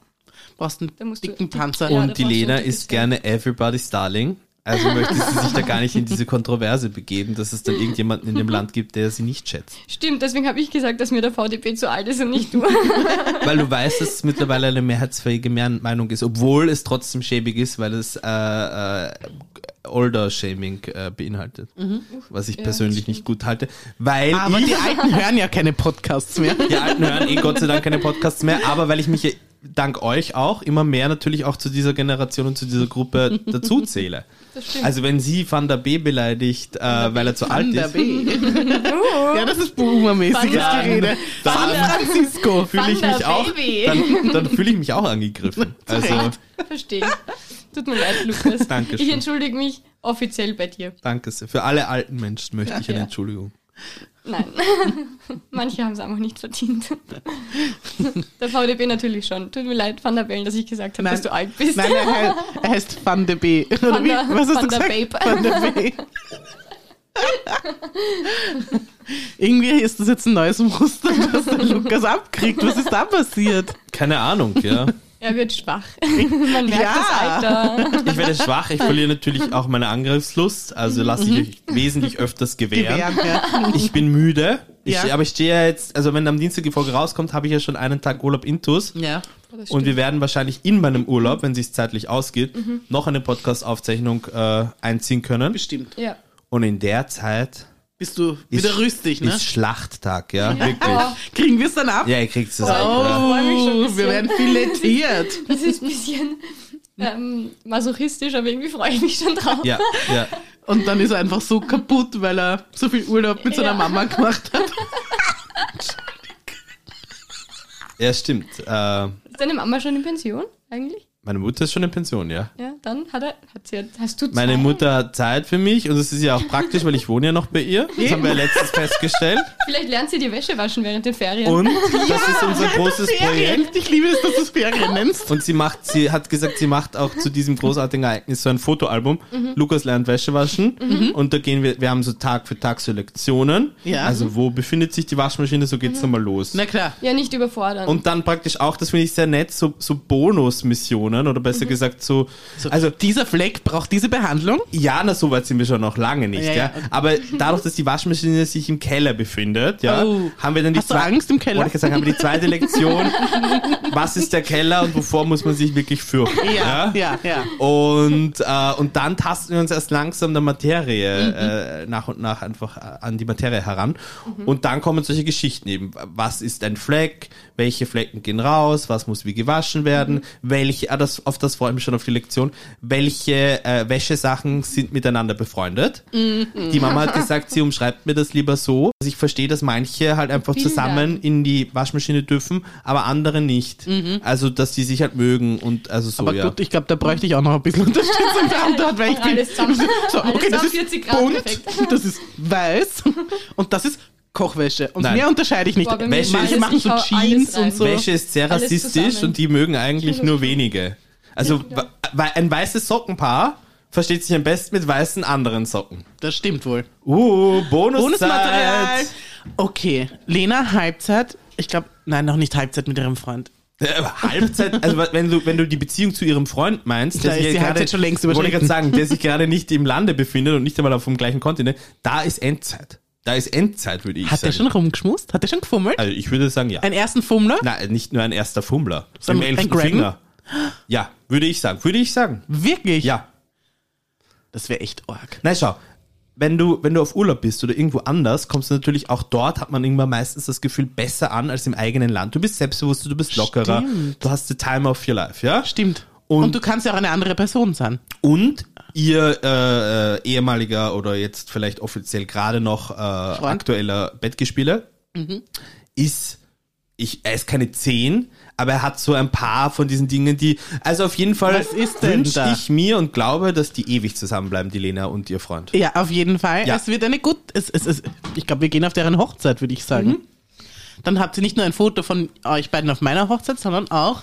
A: brauchst einen
B: Da musst du-
A: dicken
B: die-
A: Panzer.
B: Ja, da
C: und die
B: brauchst du
C: Lena
B: ein dickes
C: ist gerne everybody's darling. Also möchte sie sich da gar nicht in diese Kontroverse begeben, dass es dann irgendjemanden in dem Land gibt, der sie nicht schätzt.
B: Stimmt, deswegen habe ich gesagt, dass mir der VDP zu alt ist und nicht du.
C: Weil du weißt, dass es mittlerweile eine mehrheitsfähige Mehr- Meinung ist, obwohl es trotzdem schäbig ist, weil es äh, äh, Older-Shaming äh, beinhaltet. Was ich
B: Mhm. Ja,
C: persönlich
B: stimmt.
C: nicht gut halte. Weil
A: Aber
C: ich,
A: die Alten hören ja keine Podcasts mehr.
C: die Alten hören eh Gott sei Dank keine Podcasts mehr, aber weil ich mich eh dank euch auch immer mehr natürlich auch zu dieser Generation und zu dieser Gruppe dazu zähle.
B: Das stimmt.
C: Also wenn sie Van der B beleidigt, äh, weil er zu alt ist,
A: ja, das ist boomermäßiges
C: Van-
A: Gerede.
C: Van-
A: San Francisco.
C: fühle ich
B: Van der
C: mich auch,
B: Baby.
C: dann, dann fühle ich mich auch angegriffen. Also
A: Recht.
B: Verstehe. Tut mir leid, Lukas.
C: Dankeschön.
B: Ich entschuldige mich offiziell bei dir.
C: danke sehr. Für alle alten Menschen möchte ich eine
B: Ja.
C: Entschuldigung.
B: Nein. Manche haben es einfach nicht verdient. Der VDB natürlich schon. Tut mir leid, Van der Bellen, dass ich gesagt habe,
A: Nein.
B: dass du alt bist.
A: Nein, er, he- er heißt Van de B. Oder
B: Van
A: wie?
B: der-
A: Was hast du
B: Van der
A: gesagt?
B: Babe.
A: Van der B. Irgendwie ist das jetzt ein neues Muster, das der Lukas abkriegt. Was ist da passiert?
C: Keine Ahnung, ja.
B: Er wird schwach. Man merkt
A: Ja.
B: das Alter.
C: Ich werde schwach, ich verliere natürlich auch meine Angriffslust, also lasse ich euch wesentlich öfters gewähren.
A: Gewehren, ja.
C: Ich bin müde, ich
A: Ja.
C: stehe- aber ich stehe ja jetzt, also wenn am Dienstag die Folge rauskommt, habe ich ja schon einen Tag Urlaub intus.
A: ja.
B: Das
C: Und
B: stimmt.
C: wir werden wahrscheinlich in meinem Urlaub, wenn es zeitlich ausgeht, noch eine Podcast-Aufzeichnung äh, einziehen können.
A: Bestimmt.
B: ja.
C: Und in der Zeit
A: Bist du wieder
C: ist,
A: rüstig, ne?
C: ist Schlachttag, ja,
B: Boah,
C: wirklich.
A: Kriegen wir es dann ab?
C: Ja, ihr kriegt es
B: ich
A: Oh,
B: freu mich schon ein bisschen.
A: wir werden filetiert.
B: das ist ein bisschen ähm, masochistisch, aber irgendwie freue ich mich schon drauf.
C: Ja, ja.
A: Und dann ist er einfach so kaputt, weil er so viel Urlaub mit seiner
B: Ja.
A: Mama gemacht hat.
C: ja stimmt. Äh,
B: Ist deine Mama schon in Pension eigentlich?
C: meine Mutter ist schon in Pension, ja.
B: Ja, dann hat er, hat sie, hast du zwei?
C: Meine Mutter hat Zeit für mich und es ist ja auch praktisch, weil ich wohne ja noch bei ihr. Das haben wir ja letztens festgestellt.
B: Vielleicht lernt sie die Wäsche waschen während den Ferien.
C: Und das ist unser großes Projekt.
A: Ferien. Ich liebe es, dass du es Ferien nennst.
C: Und sie macht, sie hat gesagt, sie macht auch zu diesem großartigen Ereignis so ein Fotoalbum.
A: Mhm.
C: Lukas lernt Wäsche waschen. Und da gehen wir, wir haben so Tag für Tag so Lektionen.
A: Ja. Mhm.
C: Also wo befindet sich die Waschmaschine, so geht's nochmal los.
A: Na klar.
B: Ja, nicht überfordern.
C: Und dann praktisch auch, das finde ich sehr nett, so, so Bonusmissionen oder besser gesagt so,
A: Mhm. So, also
C: also
A: dieser Fleck braucht diese Behandlung.
C: Ja, na, so weit sind wir schon noch lange nicht,
A: Ja,
C: ja.
A: ja, okay.
C: Aber dadurch, dass die Waschmaschine sich im Keller befindet, ja,
A: Oh.
C: haben wir dann die
A: Hast du
C: zwei-
A: Angst im Keller?
C: Wollte ich gerade sagen, haben wir die zweite Lektion. was ist der Keller und wovor muss man sich wirklich fürchten?
A: Ja, ja, Oh, ja.
C: Und, äh, und dann tasten wir uns erst langsam der Materie äh,
A: Mhm.
C: nach und nach einfach äh, an die Materie heran. Und dann kommen solche Geschichten eben. Was ist ein Fleck? Welche Flecken gehen raus? Was muss wie gewaschen werden?
A: Mhm.
C: Welche, ah, das, auf das freue ich mich schon auf die Lektion. Welche äh, Wäschesachen sind miteinander befreundet?
A: Mhm.
C: Die Mama hat gesagt, sie umschreibt mir das lieber so. Also ich verstehe, dass manche halt einfach
B: Bilder.
C: zusammen in die Waschmaschine dürfen, aber andere nicht. Also, dass die sich halt mögen und also so,
A: Mhm. Aber
C: ja.
A: gut, ich glaube, da bräuchte ich auch noch ein bisschen Unterstützung der Antwort, weil ich bin
B: Alles zusammen.
A: so,
B: Alles
A: okay, das
B: zusammen,
A: ist
B: 40 Grad,
A: bunt,
B: perfekt.
A: das ist weiß und das ist Kochwäsche. Und
C: Nein.
A: mehr unterscheide ich nicht.
B: Boah, bei mir
C: Wäsche
A: Manche
C: ist-
A: machen
B: ich
A: so
B: hau alles
A: Jeans
B: rein.
A: und so.
C: Wäsche ist sehr
B: Alles
C: rassistisch
B: zusammen.
C: und die mögen eigentlich nur wenige. Also wa- wa- ein weißes Sockenpaar versteht sich am besten mit weißen anderen Socken.
A: Das stimmt wohl.
C: Uh,
A: Bonusmaterial.
C: Bonusmaterial.
A: Okay, Lena Halbzeit. Ich glaube, nein, noch nicht Halbzeit mit ihrem Freund.
C: Äh, Halbzeit, also wa- wenn du, wenn du die Beziehung zu ihrem Freund meinst,
A: Da
C: der
A: ist
C: sich
A: die
C: ja gerade,
A: Halbzeit halt schon längst
C: wollte ich
A: überschritten.
C: gerade sagen, der sich gerade nicht im Lande befindet und nicht einmal auf dem gleichen Kontinent, da ist Endzeit. Da ist Endzeit, würde ich
A: Hat
C: sagen.
A: der schon rumgeschmust? Hat der schon gefummelt?
C: also ich würde sagen, ja.
A: Einen ersten Fummler?
C: Nein, nicht nur ein erster Fummler.
A: Sondern
C: Im elften
A: ein Grabben?
C: Finger. Ja, würde ich sagen. Würde ich sagen.
A: Wirklich?
C: Ja.
A: Das wäre echt arg.
C: Na schau, wenn du, wenn du auf Urlaub bist oder irgendwo anders, kommst du natürlich auch dort, hat man irgendwann meistens das Gefühl besser an als im eigenen Land. Du bist selbstbewusster, du bist lockerer,
A: Stimmt.
C: du hast the time of your life, ja?
A: Stimmt. Und,
C: Und-
A: du kannst ja auch eine andere Person sein.
C: Und ihr äh, äh, ehemaliger oder jetzt vielleicht offiziell gerade noch äh, aktueller Bettgespieler
A: Mhm.
C: ist, ich, er ist keine 10, aber er hat so ein paar von diesen Dingen, die, also auf jeden Fall
A: Was ist denn
C: wünsche
A: da?
C: ich mir und glaube, dass die ewig zusammenbleiben, die Lena und ihr Freund.
A: Ja, auf jeden Fall.
C: Ja.
A: Es wird eine gut. Es, es, es, ich glaube, wir gehen auf deren Hochzeit, würde ich sagen.
C: Mhm.
A: Dann habt ihr nicht nur ein Foto von euch beiden auf meiner Hochzeit, sondern auch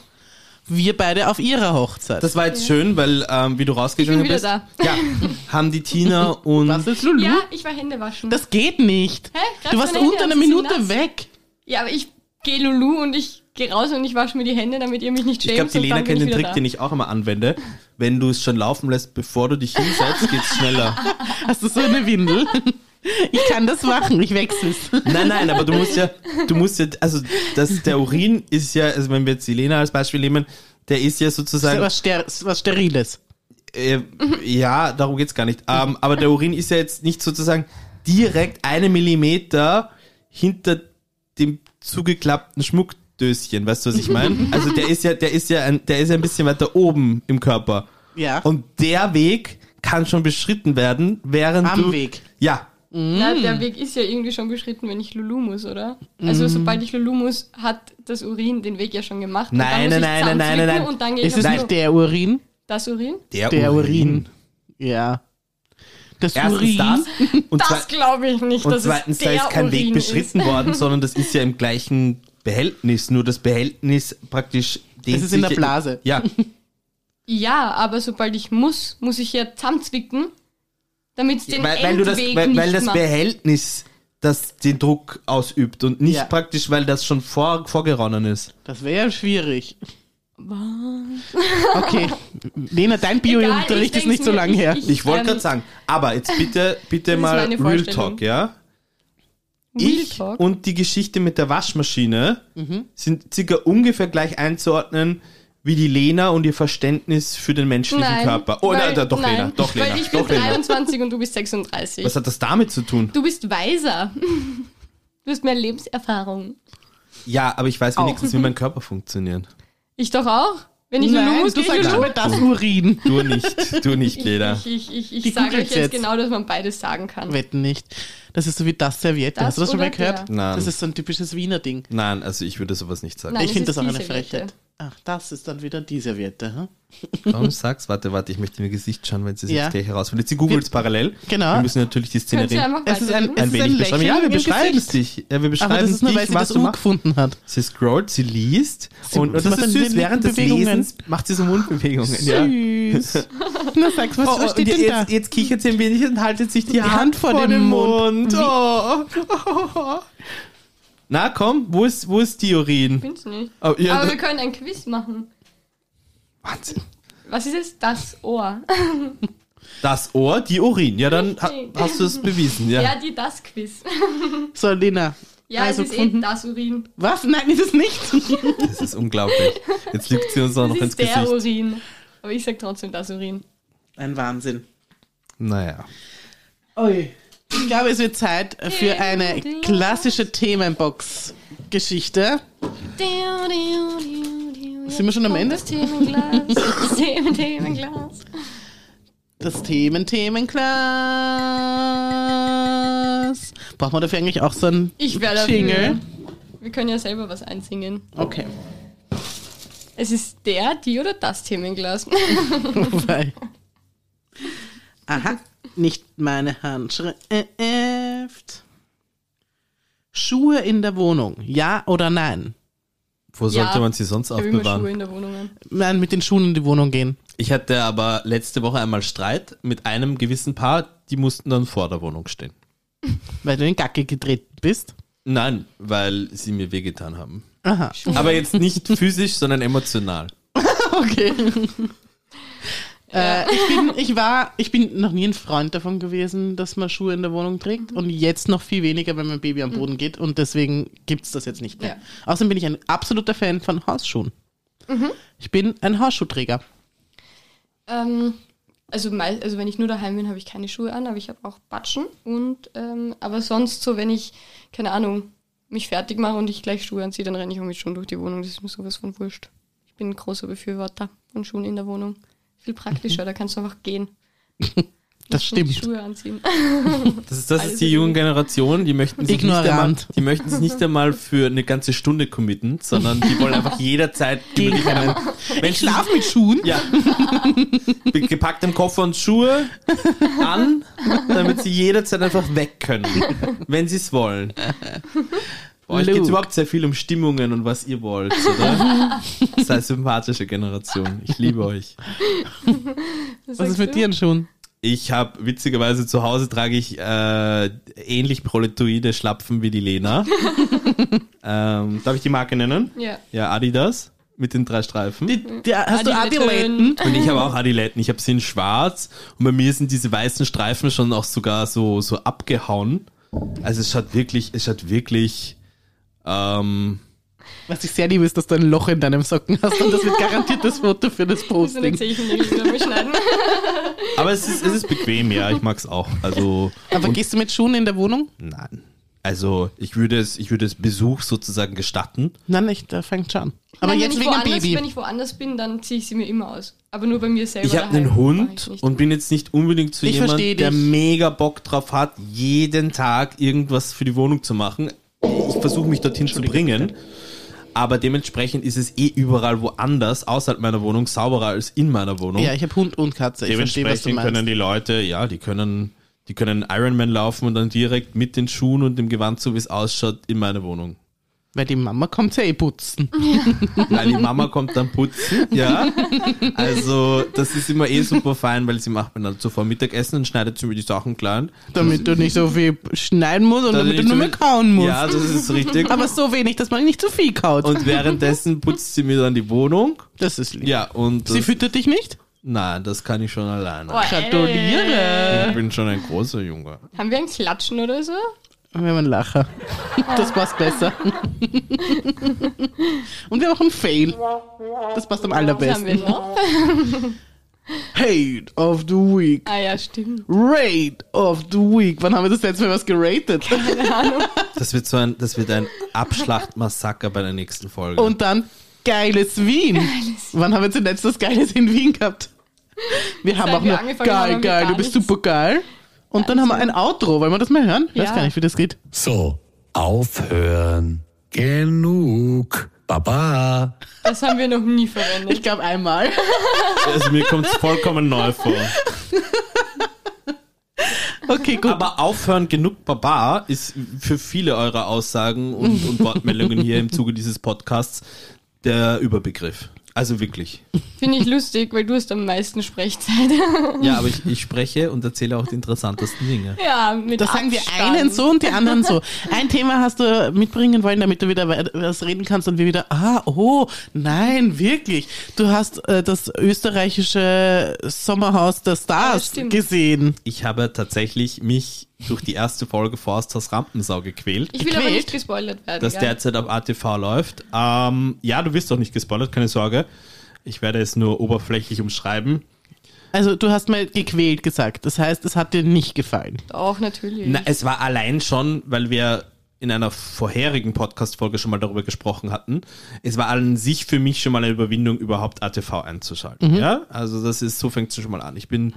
A: wir beide auf ihrer Hochzeit.
C: Das war jetzt schön, weil ähm, wie du rausgegangen
B: Ich bin
C: bist,
B: wieder
C: Ja, haben die Tina und
A: Was ist Lulu?
B: Ja, ich war Hände waschen.
A: Das geht nicht.
B: Hä? Greif
A: Du warst
B: meine Hände
A: unter
B: an,
A: einer
B: sie sind
A: Minute
B: nass.
A: weg.
B: Ja, aber ich gehe Lulu und ich gehe raus und ich wasche mir die Hände, damit ihr mich nicht
C: ich
B: schämt.
C: glaube, die
B: und
C: Lena
B: dann bin
C: kennt den
B: wieder
C: Trick,
B: da.
C: den ich auch immer anwende. Wenn du es schon laufen lässt, bevor du dich hinsetzt, geht's schneller.
A: Hast du so eine Windel? Ich kann das machen, ich wechsel's.
C: Nein, nein, aber du musst ja, du musst ja, also das, der Urin ist ja, also wenn wir jetzt die Lena als Beispiel nehmen, der ist ja
A: Das ist
C: sozusagen,
A: was, Ster was Steriles.
C: äh, ja, darum geht's gar nicht. Ähm, aber der Urin ist ja jetzt nicht sozusagen direkt einen Millimeter hinter dem zugeklappten Schmuckdöschen, weißt du, was ich meine? Also der ist ja, der ist ja, ein, der ist ja ein bisschen weiter oben im Körper.
A: Ja.
C: Und der Weg kann schon beschritten werden, während
A: Am
C: du,
A: Weg.
C: ja,
B: Na,
C: Mm.
B: der Weg ist ja irgendwie schon beschritten, wenn ich Lulu muss, oder? Also sobald ich Lulu muss, hat das Urin den Weg ja schon gemacht. und
C: Nein,
B: dann muss
C: nein,
B: ich
C: nein, nein, nein,
B: zusammenknicken
C: nein.
B: Und dann gehe
A: Ist
B: ich
A: es
B: aufs
A: nicht
B: Klo.
A: der Urin?
B: das Urin?
A: Der Urin. Ja. Das
C: Erstens
A: Urin.
C: das und zwar-
B: Das glaube ich nicht.
C: Und
B: dass
C: zweitens,
B: es
C: da
B: der
C: ist kein
B: Urin
C: Weg beschritten
B: Ist.
C: worden, sondern das ist ja im gleichen Behältnis, nur das Behältnis praktisch dehnt
A: ist in
C: sich
A: der
C: ja-
A: Blase.
C: Ja,
B: Ja, aber sobald ich muss, muss ich ja zusammenzwicken, damit es den
C: weil, weil, du das,
B: Endweg
C: weil,
B: nicht
C: weil das
B: macht.
C: Behältnis das den Druck ausübt und nicht
A: Ja.
C: praktisch, weil das schon vor, vorgeronnen ist.
A: Das wäre ja schwierig. Okay. Lena, dein
B: Egal, ich
A: Biounterricht ist
B: denk's
A: nicht so
B: mir,
A: lange
B: ich-
A: her.
B: ich-
C: Ich wollte
B: Ähm,
C: gerade sagen, aber jetzt bitte, bitte
B: ist
C: mal
B: meine
C: Real
B: Vorstellung.
C: Talk, ja?
B: Real
C: ich
B: Talk. Mhm.
C: und die Geschichte mit der Waschmaschine sind circa ungefähr gleich einzuordnen wie die Lena und ihr Verständnis für den menschlichen Körper. Oh,
B: weil-
C: nein, doch
B: nein,
C: Lena, doch Lena,
B: Weil ich bin
C: doch Lena.
B: 23 und du bist 36.
C: Was hat das damit zu tun?
B: Du bist weiser. Du hast mehr Lebenserfahrung.
C: Ja, aber ich weiß
A: Auch.
C: wenigstens, wie mein Körper funktioniert.
B: Ich doch auch. Wenn ich Lulu
A: Nein,
B: muss,
A: du
B: gehe ich
A: sagst
B: Lulu.
A: aber das Urin.
C: Du nicht, du nicht, Leda.
B: Ich, ich, ich, ich,
A: Die
B: ich sage euch
A: googelt's
B: jetzt,
A: jetzt.
B: genau, dass man beides sagen kann.
A: Wetten nicht. Das ist so wie das Serviette.
B: Das
A: Hast du das schon mal
B: oder der?
A: gehört?
C: Nein.
A: Das ist so ein typisches Wiener Ding.
C: Nein, also ich würde sowas nicht sagen.
B: Nein,
A: ich
B: es
A: finde
B: ist
A: das auch
B: die
A: eine
B: Serviette.
A: Frechheit. Ach, das ist dann wieder die Serviette. Hm?
C: Warum sag's? Warte, warte, ich möchte in ihr Gesicht schauen, wenn sie es
A: Ja.
C: jetzt gleich herausfindet. Sie googelt es parallel.
A: Genau.
C: Wir müssen natürlich die Szene
B: Könntest du
C: reden.
B: einfach
A: Es ist ein-
B: weitermachen?
A: es-
C: Ein wenig
A: Lächeln
C: beschreiben. Ja, wir
A: im
C: beschreiben es
A: Gesicht.
C: dich. Ja, wir
A: Aber
C: beschreiben
A: das
C: dich,
A: ist nur, weil sie
C: was
A: das
C: du
A: U
C: machst.
A: gefunden hat.
C: Sie scrollt, sie liest
A: Sie-
C: und, und
A: sie
C: das
A: macht
C: ist süß.
A: Lippen-
C: Während des
A: Bewegungen.
C: Lesens macht sie so Mundbewegungen. Ja.
A: Süß. Na, sag's, was
C: Oh,
A: was
C: und
A: steht denn da?
C: jetzt, jetzt kichert sie ein wenig und haltet sich die, Hand, vor, den Mund. Oh. Na komm, wo ist, wo ist die Urin? Oh,
B: Ich bin's nicht.
C: Aber ihr-
B: Aber wir können ein Quiz machen.
C: Wahnsinn.
B: Was ist jetzt das Ohr?
C: Das Ohr, die Urin. Ja, dann ha
B: Richtig.
C: hast du es bewiesen.
B: Ja,
C: Ja.
B: die das Quiz.
A: So, Lena.
B: Ja,
A: also
B: es ist eh
A: gefunden.
B: das Urin.
A: Was? Nein, ist es nicht.
C: Das ist unglaublich. Jetzt lügt sie uns auch noch
B: Das
C: ins
B: ist der
C: Gesicht.
B: Urin. Aber ich sag trotzdem das Urin.
A: Ein Wahnsinn.
C: Naja.
A: Ui. Ich glaube, es wird Zeit für eine klassische Themenbox-Geschichte.
B: Sind
A: wir schon am Ende?
B: Das Themenglas. Das Themen- Themenglas.
A: Das Themen-Themenglas. Braucht man dafür eigentlich auch so einen
B: Ich wär dafür.
A: Jingle?
B: Wir können ja selber was einsingen.
A: Okay.
B: Es ist der, die oder das Themenglas.
A: Wobei. Aha, nicht meine Handschrift. Schuhe in der Wohnung, ja oder nein?
C: Wo
B: Ja.
C: sollte man sie sonst
B: Ich habe immer Schuhe
C: aufbewahren?
B: in der Wohnung. an.
A: Nein, mit den Schuhen in die Wohnung gehen.
C: Ich hatte aber letzte Woche einmal Streit mit einem gewissen Paar, die mussten dann vor der Wohnung stehen.
A: Weil du in Gacke getreten bist.
C: Nein, weil sie mir wehgetan haben.
A: Aha,
C: Aber jetzt nicht physisch, sondern emotional.
A: okay. Äh, ich, bin, ich, war, ich bin noch nie ein Freund davon gewesen, dass man Schuhe in der Wohnung trägt und jetzt noch viel weniger, wenn mein Baby am Boden geht und deswegen gibt es das jetzt nicht mehr.
B: Ja.
A: Außerdem bin ich ein absoluter Fan von Hausschuhen. Ich bin ein Hausschuhträger.
B: Ähm, also, mei- also wenn ich nur daheim bin, habe ich keine Schuhe an, aber ich habe auch Batschen. Und, ähm, aber sonst so, wenn ich, keine Ahnung, mich fertig mache und ich gleich Schuhe anziehe, dann renne ich auch mit Schuhen durch die Wohnung. Das ist mir sowas von wurscht. Ich bin ein großer Befürworter von Schuhen in der Wohnung. Viel praktischer, da kannst du einfach gehen.
A: Mhm. Das
B: Musst nicht
A: stimmt.
B: Schuhe anziehen.
C: Das ist, das
B: Alles
C: ist die
B: ist
C: junge
B: gut.
C: Generation, die möchten sich
A: Ignorant.
C: nicht einmal, die möchten sich nicht einmal für eine ganze Stunde committen, sondern die wollen einfach jederzeit über dich einen, wenn
A: Ich schlafe mit Schuhen.
C: Ja. Mit gepacktem Koffer und Schuhe an, damit sie jederzeit einfach weg können, wenn sie es wollen. Bei Euch geht
A: Luke.
C: überhaupt sehr viel um Stimmungen und was ihr wollt, oder? Sei sympathische Generation. Ich liebe euch.
A: Was ist mit dir denn schon?
C: Ich habe witzigerweise zu Hause trage ich äh, ähnlich proletoide Schlapfen wie die Lena. ähm, darf ich die Marke nennen?
B: Ja.
C: Ja, Adidas mit den drei Streifen.
A: Ja, hast du Adiletten?
B: Adiletten.
C: Und ich habe auch Adiletten. Ich habe sie in schwarz und bei mir sind diese weißen Streifen schon auch sogar so, so abgehauen. Also es schaut wirklich, es schaut wirklich, ähm,
A: Was ich sehr liebe, ist, dass du ein Loch in deinem Socken hast und das wird garantiert das Foto für das
B: Das
A: Posting.
B: erzähle ich mir nicht wieder mal schneiden.
C: aber es ist, es ist bequem, ja, ich mag's auch. Also,
A: Aber gehst du mit Schuhen in der Wohnung?
C: nein. Also, ich würde es, ich würde es Besuch sozusagen gestatten.
A: Nein, ich da fängt schon an. Aber
B: Nein,
A: jetzt
B: wenn
A: wegen
B: ich
A: dem
B: woanders,
A: Baby.
B: Wenn ich woanders bin, dann ziehe ich sie mir immer aus. Aber nur bei mir selber.
C: Ich habe
B: daheim
C: einen
B: mach ich
C: Hund
B: nicht.
C: und bin jetzt nicht unbedingt zu
A: Ich
C: jemand,
A: versteh
C: der
A: dich.
C: mega Bock drauf hat, jeden Tag irgendwas für die Wohnung zu machen. Ich versuche mich dorthin zu bringen, aber dementsprechend ist es eh überall woanders außerhalb meiner Wohnung sauberer als in meiner Wohnung.
A: ja, ich habe Hund und Katze. Ich verstehe, was du
C: dementsprechend können
A: meinst.
C: die Leute, ja, die können, die können Ironman laufen und dann direkt mit den Schuhen und dem Gewand, so wie es ausschaut, in meine Wohnung.
A: Weil die Mama kommt ja eh putzen.
C: Weil die Mama kommt dann putzen, ja. Also, das ist immer eh super fein, weil sie macht mir dann zuvor Mittagessen und schneidet sie mir die Sachen klein.
A: Damit du nicht so viel schneiden musst und
C: Dass
A: damit
C: ich
A: du nur
C: so-
A: mehr kauen musst.
C: Ja, das ist richtig.
A: Aber so wenig, dass man nicht zu viel kaut.
C: Und währenddessen putzt sie mir dann die Wohnung.
A: das ist lieb.
C: Ja, und
A: Sie Oh,
C: das,
A: füttert dich nicht?
C: nein, das kann ich schon alleine.
B: Boah,
A: Gratuliere.
C: Ich bin schon ein großer Junge.
B: ey. Haben wir ein Klatschen oder so?
A: Wir haben einen Lacher. Das passt besser. Und wir haben auch einen Fail. Das passt am
B: Was haben wir
A: allerbesten.
B: noch?
A: Hate of the Week.
B: Ah ja, stimmt.
A: Rate of the Week. Wann haben wir das letzte Mal was geratet?
C: Das wird so ein, das wird ein Abschlachtmassaker bei der nächsten Folge.
A: Und dann geiles Wien. Wann haben wir zuletzt das Geiles in Wien gehabt? Wir haben
B: Seit
A: auch
B: wir
A: nur
B: angefangen haben,
A: geil,
B: haben wir
A: geil,
B: gar
A: du bist
B: nichts.
A: super geil. Und dann haben wir ein Outro. Wollen wir das mal hören? Ich weiß
B: Ja.
A: gar nicht, wie das geht.
D: So, aufhören. Genug. Baba.
B: Das haben wir noch nie verwendet.
A: Ich glaube einmal.
C: also mir kommt es vollkommen neu vor.
A: Okay, gut.
C: Aber aufhören genug Baba ist für viele eurer Aussagen und, und Wortmeldungen hier im Zuge dieses Podcasts der Überbegriff. Also wirklich.
B: Finde ich lustig, weil du hast am meisten Sprechzeit.
C: Ja, aber ich, ich spreche und erzähle auch die interessantesten Dinge.
B: ja, mit
A: Das sagen wir
B: Abstand.
A: einen so und die anderen so. Ein Thema hast du mitbringen wollen, damit du wieder wei- was reden kannst und wir wieder, ah, oh, nein, wirklich. Du hast äh, das österreichische Sommerhaus der Stars
B: Ah, stimmt.
A: gesehen.
C: Ich habe tatsächlich mich durch die erste Folge Forsters Rampensau gequält,
B: Ich will aber
A: Gequält.
B: nicht gespoilert werden.
C: das
B: gell?
C: derzeit auf ATV läuft. Ähm, ja, du wirst doch nicht gespoilert, keine Sorge. Ich werde es nur oberflächlich umschreiben.
A: Also du hast mal gequält gesagt. Das heißt, es hat dir nicht gefallen.
B: Auch natürlich.
C: Na, es war allein schon, weil wir in einer vorherigen Podcast-Folge schon mal darüber gesprochen hatten. Es war an sich für mich schon mal eine Überwindung, überhaupt ATV einzuschalten.
A: Mhm.
C: Ja, also das ist, so fängt es schon mal an. Ich bin,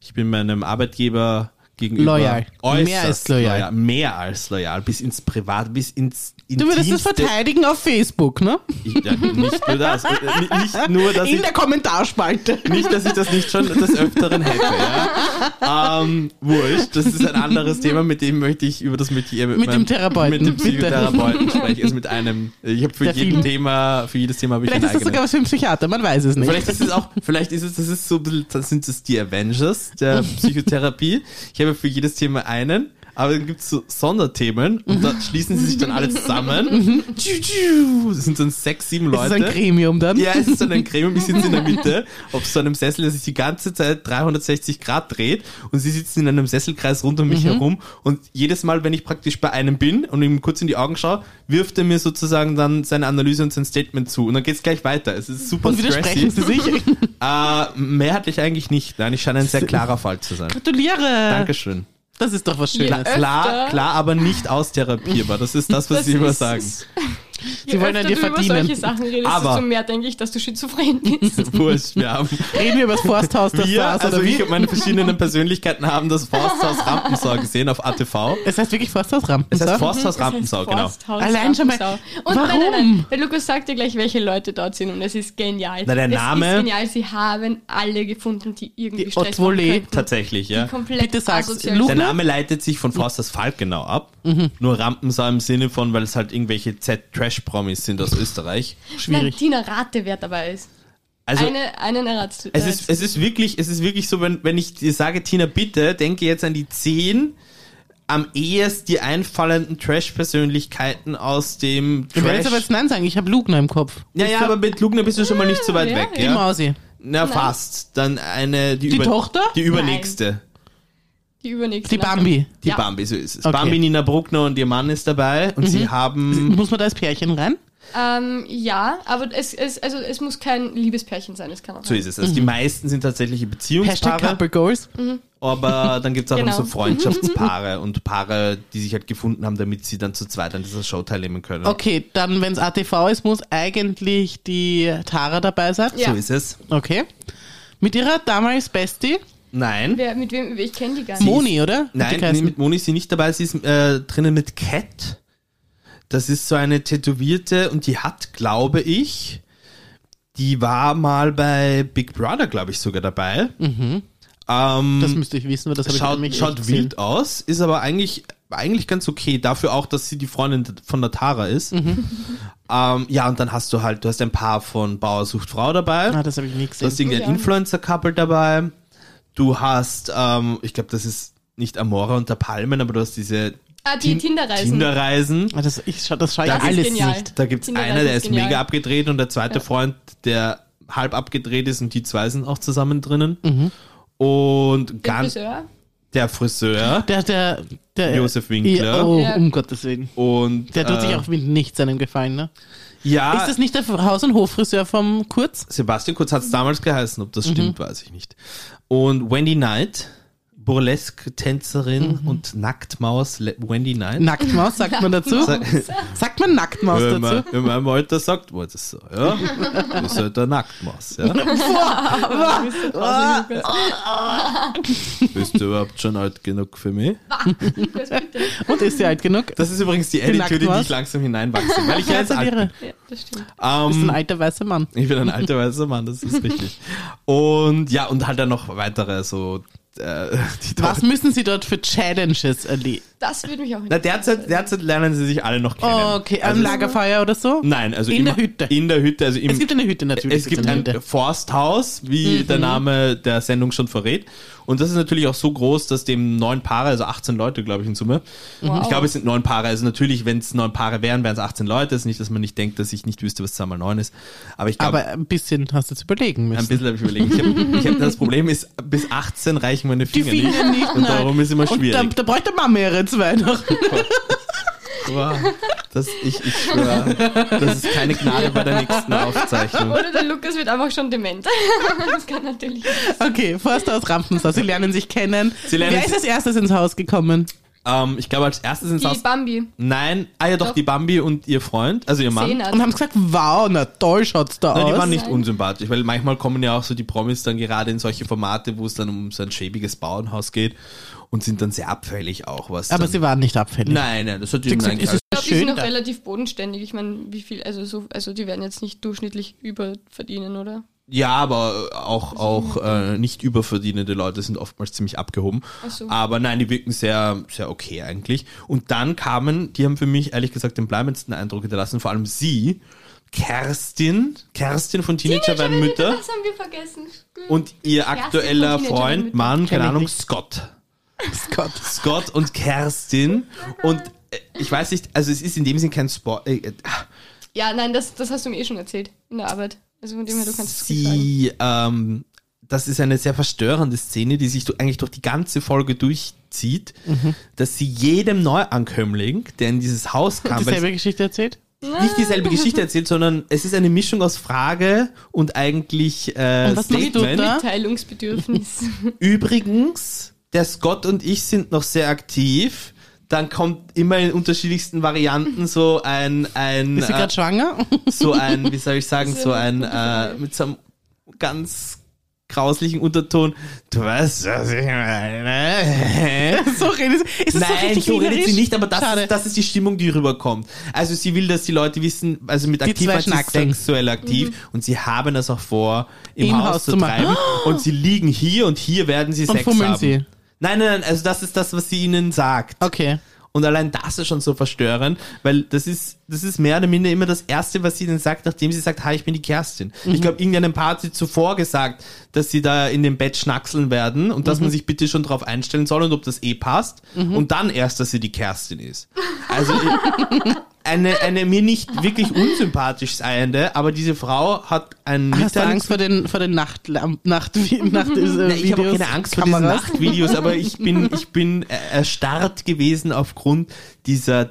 C: ich bin meinem Arbeitgeber gegenüber
A: Loyal.
C: äußerst
A: Mehr als loyal.
C: Mehr als loyal. Bis ins Privat, bis ins
A: Du würdest es
C: Intimste.
A: verteidigen auf Facebook, ne?
C: Ich, ja, nicht nur das. Äh, äh, Nicht nur, dass
A: In
C: ich
A: der Kommentarspalte.
C: nicht, dass ich das nicht schon des Öfteren hätte. Ja? Ähm, wurscht, das ist ein anderes Thema, mit dem möchte ich über das Metier mit,
A: Mit dem Therapeuten,
C: mit dem
A: bitte.
C: Psychotherapeuten sprechen. Ist mit einem. Ich habe für
A: Der
C: jeden
A: vielen.
C: Thema, für jedes Thema habe ich
A: Vielleicht ist
C: ein
A: das sogar
C: eigenes.
A: was für einen Psychiater, man weiß es nicht.
C: Vielleicht ist es auch, vielleicht ist es, das ist so ein bisschen, das sind es die Avengers der Psychotherapie. Ich habe für jedes Thema einen, Aber dann gibt es so Sonderthemen und da schließen sie sich dann alle zusammen. Tschu, tschu. Das sind dann sechs, sieben
A: Mhm. Das ist ein
C: Leute.
A: Gremium dann.
C: Ja, es ist dann ein Gremium, die sitzen in der Mitte auf so einem Sessel, der sich die ganze Zeit 360 Grad dreht und sie sitzen in einem Sesselkreis rund um mich herum und jedes Mal, wenn ich praktisch bei einem bin und ihm kurz in die Augen schaue, wirft er mir sozusagen dann seine Analyse und sein Statement zu und dann geht's gleich weiter. Es ist super
A: Und widersprechen
C: stressig.
A: sie sich.
C: Äh, mehrheitlich eigentlich nicht. Nein, ich scheine ein sehr klarer Fall zu sein.
A: Gratuliere.
C: Dankeschön. äh,
A: Das ist doch was
B: Ja,
A: Schönes.
B: öfter.
C: Klar, klar, aber nicht austherapierbar. Das ist das, was sie immer
B: ist-
C: sagen.
A: Sie wollen an dir
B: über
A: verdienen.
B: solche Sachen redest,
C: Aber-
B: desto mehr denke ich, dass du schizophren bist.
C: Wurscht, wir haben.
A: Reden wir über das Forsthaus, das
C: Wir,
A: war's,
C: also
A: oder
C: ich
A: wie?
C: und meine verschiedenen Persönlichkeiten haben das Forsthaus Rampensau gesehen auf ATV.
A: Es heißt wirklich Forsthaus Rampen.
C: Es heißt
B: Mhm,
C: Forsthaus Rampensau, genau.
B: Forsthaus
A: Allein schon mal-
B: Rampensau. Und
A: Warum?
B: nein, nein, nein. Der Lukas sagt dir gleich, welche Leute dort sind und es ist genial.
C: Na, der Name-
B: Es ist genial, sie haben alle gefunden, die irgendwie
A: Die
B: Stress machen
A: Otwolee.
B: könnten.
C: Tatsächlich, ja.
B: Komplett
A: Bitte sag's,
B: asozial.
A: Lu-
C: Der Name leitet sich von Forsters Falk genau ab.
A: Mhm.
C: Nur Rampensau im Sinne von, weil es halt irgendwelche Z-Trash-Promis sind aus Österreich.
B: Nein,
A: Schwierig.
B: Tina Rate, wer dabei ist.
C: Also,
B: Eine, einen erratst du. äh,
C: Es ist, es ist wirklich, es ist wirklich so, wenn, wenn ich dir sage, Tina, bitte, denke jetzt an die zehn am ehesten die einfallenden Trash-Persönlichkeiten aus dem
A: Du wolltest
C: Trash.
A: aber jetzt Nein sagen, ich habe Lugner im Kopf.
C: Ja, ja, aber mit Lugner bist du schon mal nicht so weit
B: Ja,
C: weg,
A: Die
C: ja?
A: Mausi.
C: Na, fast. Dann eine, die,
A: Die Tochter?
C: Die übernächste.
B: die übernächste.
A: Die
B: Nacht.
A: Bambi.
C: Die
B: Ja.
C: Bambi, so ist es.
A: Okay. Mhm.
C: Bambi, Nina Bruckner und ihr Mann ist dabei und sie haben.
A: Muss man da als Pärchen rein?
B: Ähm, ja, aber es, es, also es muss kein Liebespärchen sein, es kann auch
C: So ist es. Also die meisten sind tatsächliche
A: Hashtag
C: Beziehungspaare.
A: Couple Goals.
B: Mhm.
C: Aber dann gibt es auch noch
B: Genau.
C: so Freundschaftspaare und Paare, die sich halt gefunden haben, damit sie dann zu zweit an dieser Show teilnehmen können.
A: Okay, dann, wenn es ATV ist, muss eigentlich die Tara dabei sein.
B: Ja.
C: So ist es.
A: Okay. Mit ihrer damals Bestie,
C: Nein.
B: Wer, mit wem, ich kenne die gar nicht.
A: Moni, oder? Hat die
C: Nein, nee,
A: geheißen?
C: mit Moni ist sie nicht dabei. Sie ist äh, drinnen mit Cat. Das ist so eine Tätowierte und die hat, glaube ich, die war mal bei Big Brother, glaube ich, sogar dabei. Ähm,
A: das müsste ich wissen, weil Mhm. das habe ich
C: schaut
A: nämlich
C: schaut
A: echt gesehen.
C: wild aus, ist aber eigentlich, eigentlich ganz okay. Dafür auch, dass sie die Freundin von der Tara ist.
A: Mhm.
C: Ähm, ja, und dann hast du halt, du hast ein paar von Bauer sucht Frau dabei.
A: Ah, das habe ich nie
C: Du hast
A: gesehen.
C: irgendein Influencer-Couple dabei. Du hast, ähm, ich glaube, das ist nicht Amora unter Palmen, aber du hast diese
B: Ah, die
C: Tin-
B: Tinderreisen.
C: Tinderreisen.
A: Ah, Das, ich scha das schaue ich
C: Das ist
A: alles
B: genial.
A: nicht.
C: Da gibt es
B: Tinderreisen
C: einer, der
B: ist
C: ist
B: genial.
C: mega abgedreht und der zweite Freund, der halb abgedreht ist und die zwei sind auch zusammen drinnen. Und
B: Der
C: ganz
B: Friseur.
C: der Friseur.
A: Der, der, der,
C: Josef Winkler.
A: Ja, oh,
B: Ja.
A: um Gottes Willen.
C: Und,
A: Der tut
C: äh,
A: sich auch mit nichts seinem Gefallen, ne?
C: Ja,
A: Ist das nicht der Haus- und Hoffriseur vom Kurz?
C: Sebastian Kurz hat es damals geheißen, ob das stimmt, weiß ich nicht. Und Wendy Knight, Burlesque-Tänzerin und Nacktmaus Le- Wendy Knight.
A: Nacktmaus, sagt man dazu? Sagt man Nacktmaus
C: Wenn man,
A: dazu?
C: wenn man mal heute sagt, war das so, ja? Das ist halt der Nacktmaus, ja?
B: Ah,
C: Bist du überhaupt schon alt genug für mich?
A: Und ist sie alt genug?
C: Das ist übrigens die
A: Die
C: Attitude, in die
A: Nacktmaus?
C: ich langsam hineinwachse, weil ich ja jetzt alt bin.
A: Gratuliere.
B: ja, das stimmt.
A: Ist ein
C: Ähm,
A: alter weißer Mann.
C: ich bin ein alter weißer Mann, das ist richtig. Und ja, und halt dann noch weitere so äh, die
A: Was müssen sie dort für Challenges erleben?
B: Das würde mich auch
C: Na,
B: interessieren.
A: halt-
C: derzeit, derzeit lernen sie sich alle noch kennen.
A: Oh, Okay, am
C: also,
A: Lagerfeuer oder so?
C: Nein, also
A: In
C: im-
A: der Hütte.
C: In der Hütte, also im,
A: Es gibt eine Hütte natürlich.
C: es gibt ein Forsthaus, wie der Name der Sendung schon verrät. Und das ist natürlich auch so groß, dass dem neun Paare, also 18 Leute, glaube ich, in Summe. Ich glaube, es sind neun Paare. Also natürlich, wenn es neun Paare wären, wären es 18 Leute. Es ist nicht, dass man nicht denkt, dass ich nicht wüsste, was 2 mal 9 ist. Aber ich glaube,
A: Aber ein bisschen hast du zu überlegen
C: ein
A: müssen.
C: bisschen habe ich überlegt. Ich hab, ich hab, das Problem ist, bis 18 reichen meine
A: Die
C: Finger,
A: Finger
C: nicht.
A: nicht,
C: Und
A: nein.
C: darum ist immer
A: Und da,
C: schwierig.
A: da bräuchte man mehrere zwei noch.
C: Wow, das, ich, ich schwöre, das ist keine Gnade bei der nächsten Aufzeichnung.
B: Oder der Lukas wird einfach schon dement. das kann natürlich.
A: Okay, Forsthaus, Rampensau, sie lernen sich kennen.
C: Sie lernen
A: Wer
C: sich-
A: ist als erstes ins Haus gekommen?
C: Ähm, ich glaube, als erstes ins
B: Die
C: Haus.
B: Bambi.
C: Nein, ah ja, doch,
B: Doch.
C: die Bambi und ihr Freund, also ihr Mann.
B: Senat.
A: Und haben gesagt, wow, na toll schaut's da
C: Nein, die waren
A: aus.
C: nicht unsympathisch, weil manchmal kommen ja auch so die Promis dann gerade in solche Formate, wo es dann um so ein schäbiges Bauernhaus geht und sind dann sehr abfällig auch, was.
A: Aber
C: dann,
A: sie waren nicht abfällig.
C: Nein, nein, das hat
A: Sie
C: ihm
A: haben gesagt,
C: nein
A: es ist
C: gesagt.
B: Ich glaube, die
A: schön
B: sind noch
A: da.
B: relativ bodenständig. Ich meine, wie viel, also so, also die werden jetzt nicht durchschnittlich überverdienen, oder?
C: Ja, aber auch, auch äh, nicht überverdienende Leute sind oftmals ziemlich abgehoben.
B: Ach so.
C: Aber nein, die wirken sehr, sehr okay eigentlich. Und dann kamen, die haben für mich ehrlich gesagt den bleibendsten Eindruck hinterlassen, vor allem sie, Kerstin, Kerstin von Teenager werden Mütter
B: Das haben wir vergessen.
C: und ihr
B: Kerstin
C: aktueller
B: von Teenager werden
C: Freund,
B: Mütter.
C: Mann,
A: Kenn
C: keine
A: ich
C: Ahnung,
A: nicht.
C: Scott.
A: Scott.
C: Scott und Kerstin. Und äh, ich weiß nicht, also es ist in dem Sinn kein Sport. Äh, äh,
B: Ja, nein, das, das hast du mir eh schon erzählt in der Arbeit. Also von dem her, du kannst es gut sagen.
C: sie, ähm, das ist eine sehr verstörende Szene, die sich du- eigentlich durch die ganze Folge durchzieht,
A: Mhm.
C: dass sie jedem Neuankömmling, der in dieses Haus kam, weil
A: Dieselbe Geschichte erzählt?
C: es nicht dieselbe Geschichte erzählt, sondern es ist eine Mischung aus Frage und eigentlich äh,
A: Und was machst du
C: Statement.
A: da?
B: Teilungsbedürfnis.
C: Übrigens, der Scott und ich sind noch sehr aktiv. Dann kommt immer in unterschiedlichsten Varianten so ein, ein
A: Ist sie
C: äh,
A: gerade schwanger?
C: so ein, wie soll ich sagen,
B: Das ist
C: so
B: eine
C: ein,
B: gute
C: äh,
B: Frage.
C: mit so einem ganz grauslichen Unterton. Du weißt, was ich meine.
A: so redet sie. Ist es so
C: Nein,
A: richtig
C: so redet sie
A: wienerisch?
C: nicht, aber das
A: Schade.
C: ist, das ist die Stimmung, die rüberkommt. Also sie will, dass die Leute wissen, also mit
A: Die
C: aktiv
A: zwei
C: meint sie
A: schnackseln.
C: sexuell aktiv und sie haben das auch vor, im,
A: Im
C: Haus,
A: Haus
C: zu
A: zu machen.
C: treiben. Und sie liegen hier und hier werden sie
A: Und
C: Sex
A: fummeln
C: haben.
A: sie.
C: Nein, nein, nein, also das ist das, was sie ihnen sagt.
A: Okay.
C: Und allein das ist schon so verstörend, weil das ist, das ist mehr oder minder immer das Erste, was sie dann sagt, nachdem sie sagt, hi, ich bin die Kerstin. Ich glaube, irgendeinem Paar hat sie zuvor gesagt, dass sie da in dem Bett schnackseln werden und dass man sich bitte schon drauf einstellen soll und ob das eh passt. Und dann erst, dass sie die Kerstin ist. Also ich- eine, eine mir nicht wirklich unsympathisch seiende, aber diese Frau hat einen
A: Hast du
C: Mitteilungs-
A: Angst vor den, vor den Nacht, Nacht, Nacht, Nacht
C: Na, ich habe keine Angst vor diesen Nachtvideos, aber ich bin, ich bin äh, erstarrt gewesen aufgrund dieser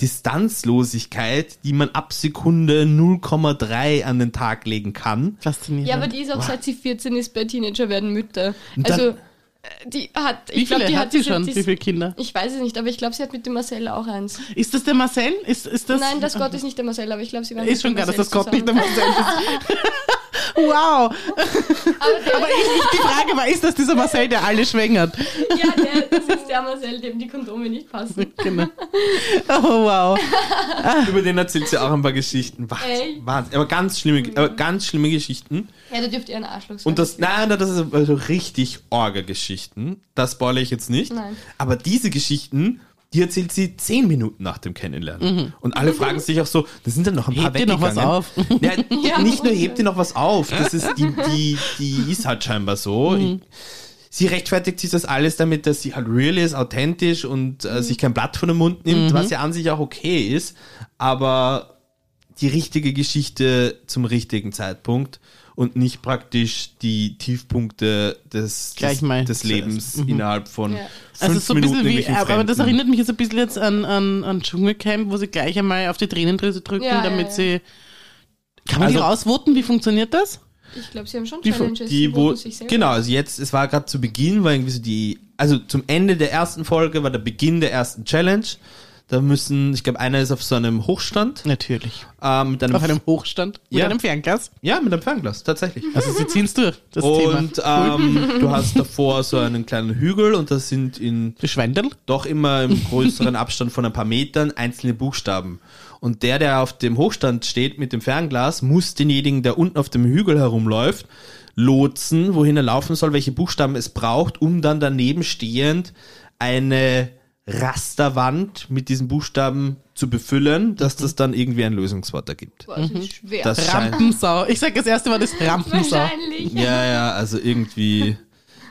C: Distanzlosigkeit, die man ab Sekunde 0,3 an den Tag legen kann.
A: Faszinierend.
B: ja, aber die ist auch seit sie 14 ist, bei Teenager werden Mütter.
C: Und dann-
B: Also, äh, die hat,
A: Wie
B: ich glaube,
A: viele
B: die
A: hat sie
B: diese-
A: schon?
B: dies-
A: Wie viele Kinder?
B: Ich weiß es nicht, aber ich glaube, sie hat mit dem Marcel auch eins.
A: Ist das der Marcel? Ist, ist das?
B: Nein, das Gott ist nicht der Marcel, aber ich glaube, sie waren
A: Ist schon
B: mit
A: klar,
B: dem
A: dass das Gott
B: Marcel
A: nicht der Marcel ist. wow.
B: zusammen. Aber,
A: Aber ich, ich, die Frage war, ist das dieser Marcel, der alle schwängert?
B: der, ja, der, das ist der Marcel, dem die Kondome nicht passen.
A: Genau. Oh, wow.
C: Über den erzählt sie auch ein paar Geschichten. Wahnsinn,
B: Ey.
C: Wahnsinn. Aber ganz schlimme, aber ganz schlimme Geschichten.
B: Ja, da dürfte ihr ein Arschloch sein.
C: Und das, nein, nein, das ist also richtig Orga-Geschichten. Das spoilere ich jetzt nicht.
B: Nein.
C: Aber diese Geschichten, die erzählt sie zehn Minuten nach dem Kennenlernen. Und alle fragen sich auch so, da sind dann noch ein paar
A: Mhm. Hebt ihr noch was
C: weggegangen.
A: auf?
C: Ja,
B: Ja,
C: nicht nur
B: voll.
C: hebt ihr noch was auf, das ist die, die, die ist halt scheinbar so.
A: Mhm.
C: Ich, sie rechtfertigt sich das alles damit, dass sie halt real ist, authentisch und äh, sich kein Blatt von dem Mund nimmt,
A: Mhm.
C: was ja an sich auch okay ist, aber die richtige Geschichte zum richtigen Zeitpunkt und nicht praktisch die Tiefpunkte des,
A: Gleich
C: des,
A: mal
C: des
A: zuerst. Mhm.
C: Lebens innerhalb von
B: Ja.
C: fünf
A: Also so ein
C: Minuten
A: bisschen wie,
C: irgendwelchen
A: aber das
C: Fremden.
A: erinnert mich jetzt ein bisschen jetzt an, an, an Dschungelcamp, wo sie gleich einmal auf die Tränendrüse drücken,
B: Ja, ja,
A: damit
B: ja.
A: sie. Kann man die
C: Also-
A: rausvoten? Wie funktioniert das?
B: ich glaube, sie haben schon
C: Die,
B: Challenges.
C: die
B: sie
C: wo,
B: voten sich selber.
C: genau, also jetzt, es war gerade zu Beginn, war irgendwie so die, also zum Ende der ersten Folge war der Beginn der ersten Challenge. Da müssen, ich glaube, einer ist auf so einem Hochstand,
A: Natürlich.
C: äh, mit einem,
A: Auf einem Hochstand mit
C: Ja.
A: einem Fernglas.
C: ja, mit einem Fernglas, tatsächlich.
A: Also sie ziehen es durch, das
C: Und
A: Thema.
C: ähm, du hast davor so einen kleinen Hügel und das sind in
A: Die äh, Schwendel?
C: doch immer im größeren Abstand von ein paar Metern einzelne Buchstaben. Und der, der auf dem Hochstand steht mit dem Fernglas, muss denjenigen, der unten auf dem Hügel herumläuft, lotsen, wohin er laufen soll, welche Buchstaben es braucht, um dann daneben stehend eine Rasterwand mit diesen Buchstaben zu befüllen, dass das dann irgendwie ein Lösungswort ergibt.
B: Boah, das
A: Mhm.
B: ist schwer.
C: Das scheint,
A: Rampensau. Ich sag das erste Mal das Rampensau.
B: Wahrscheinlich.
C: ja, ja, also irgendwie,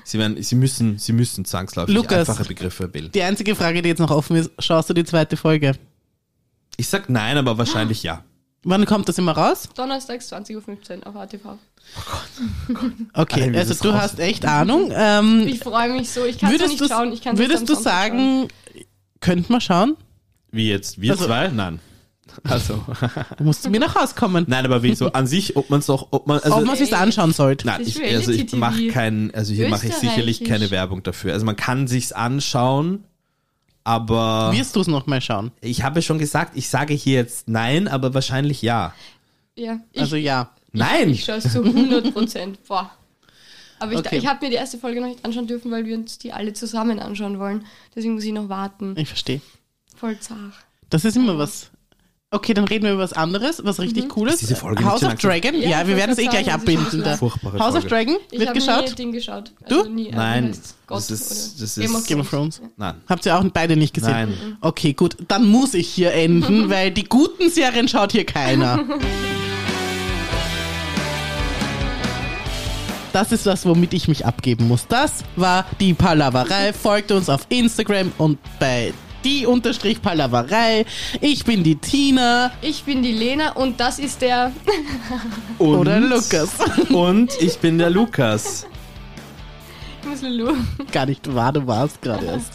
C: sie werden, sie müssen, sie müssen zwangsläufig
A: Lukas.
C: einfache Begriffe bilden.
A: Die einzige Frage, die jetzt noch offen ist, schaust du die zweite Folge?
C: Ich sag nein, aber wahrscheinlich ja.
A: Wann kommt das immer raus?
B: Donnerstags 20.15 Uhr auf ATV.
A: Okay,
C: Alter, wie
A: also
C: das
A: du
C: raus
A: hast echt Ahnung. Ähm,
B: Ich freue mich so. Ich kann es
A: würdest
B: nicht
A: du,
B: schauen. Ich kann's
A: würdest
B: erst
A: du
B: am Sonntag schauen.
A: sagen, könnten wir schauen?
C: Wie jetzt? Wir
A: Also-
C: zwei? Nein. Also.
A: Du musst zu mir nach Hause kommen.
C: Nein, aber wie so an sich, ob man es auch, ob man, also,
A: Ob man sich's anschauen sollte.
C: nein,
B: Das
C: ich,
B: ist
C: also ich
B: Reality-TV.
C: mache keinen, also hier mache ich sicherlich
B: Österreichisch.
C: keine Werbung dafür. Also man kann sich's anschauen, aber
A: Wirst du es nochmal schauen?
C: ich habe schon gesagt, ich sage hier jetzt nein, aber wahrscheinlich ja.
B: Ja, ich,
A: Also ja.
C: Nein!
B: ich schaue es zu 100 Prozent. Boah. Aber ich,
A: Okay.
B: ich habe mir die erste Folge noch nicht anschauen dürfen, weil wir uns die alle zusammen anschauen wollen. Deswegen muss ich noch warten.
A: Ich verstehe.
B: Voll zart.
A: Das ist immer was. Okay, dann reden wir über was anderes, was richtig cooles.
C: Ist diese Folge
A: House
C: nicht
A: of
C: so lang-
A: Dragon?
B: Mhm. Ja,
A: Ja,
B: ich
A: wir
B: wollte
A: werden es eh
B: gerade
A: gleich
B: sagen, das ist
A: abbinden.
B: schon
A: da.
C: Furchtbare
A: House of
C: Folge.
A: Dragon
B: Ich
A: wird
B: habe nie
A: geschaut.
B: den geschaut.
A: Du?
B: nie, äh,
C: Nein.
B: wie heißt's? Gott
C: Das ist-
B: oder
C: das ist-
B: Game of
A: Game of
B: Thrones.
A: Thrones.
C: Nein.
A: Habt ihr auch beide nicht gesehen?
C: Nein.
A: Okay, gut, dann muss ich hier enden, weil die guten Serien schaut hier keiner. Das ist das, womit ich mich abgeben muss. Das war die Palaverei. Folgt uns auf Instagram und bei die unterstrich Palaverei. Ich bin die Tina.
B: Ich bin die Lena und das ist der
C: Und,
A: Oder Lukas.
C: Und ich bin der Lukas.
B: Ich muss Lulu.
A: Gar nicht wahr, du warst gerade erst.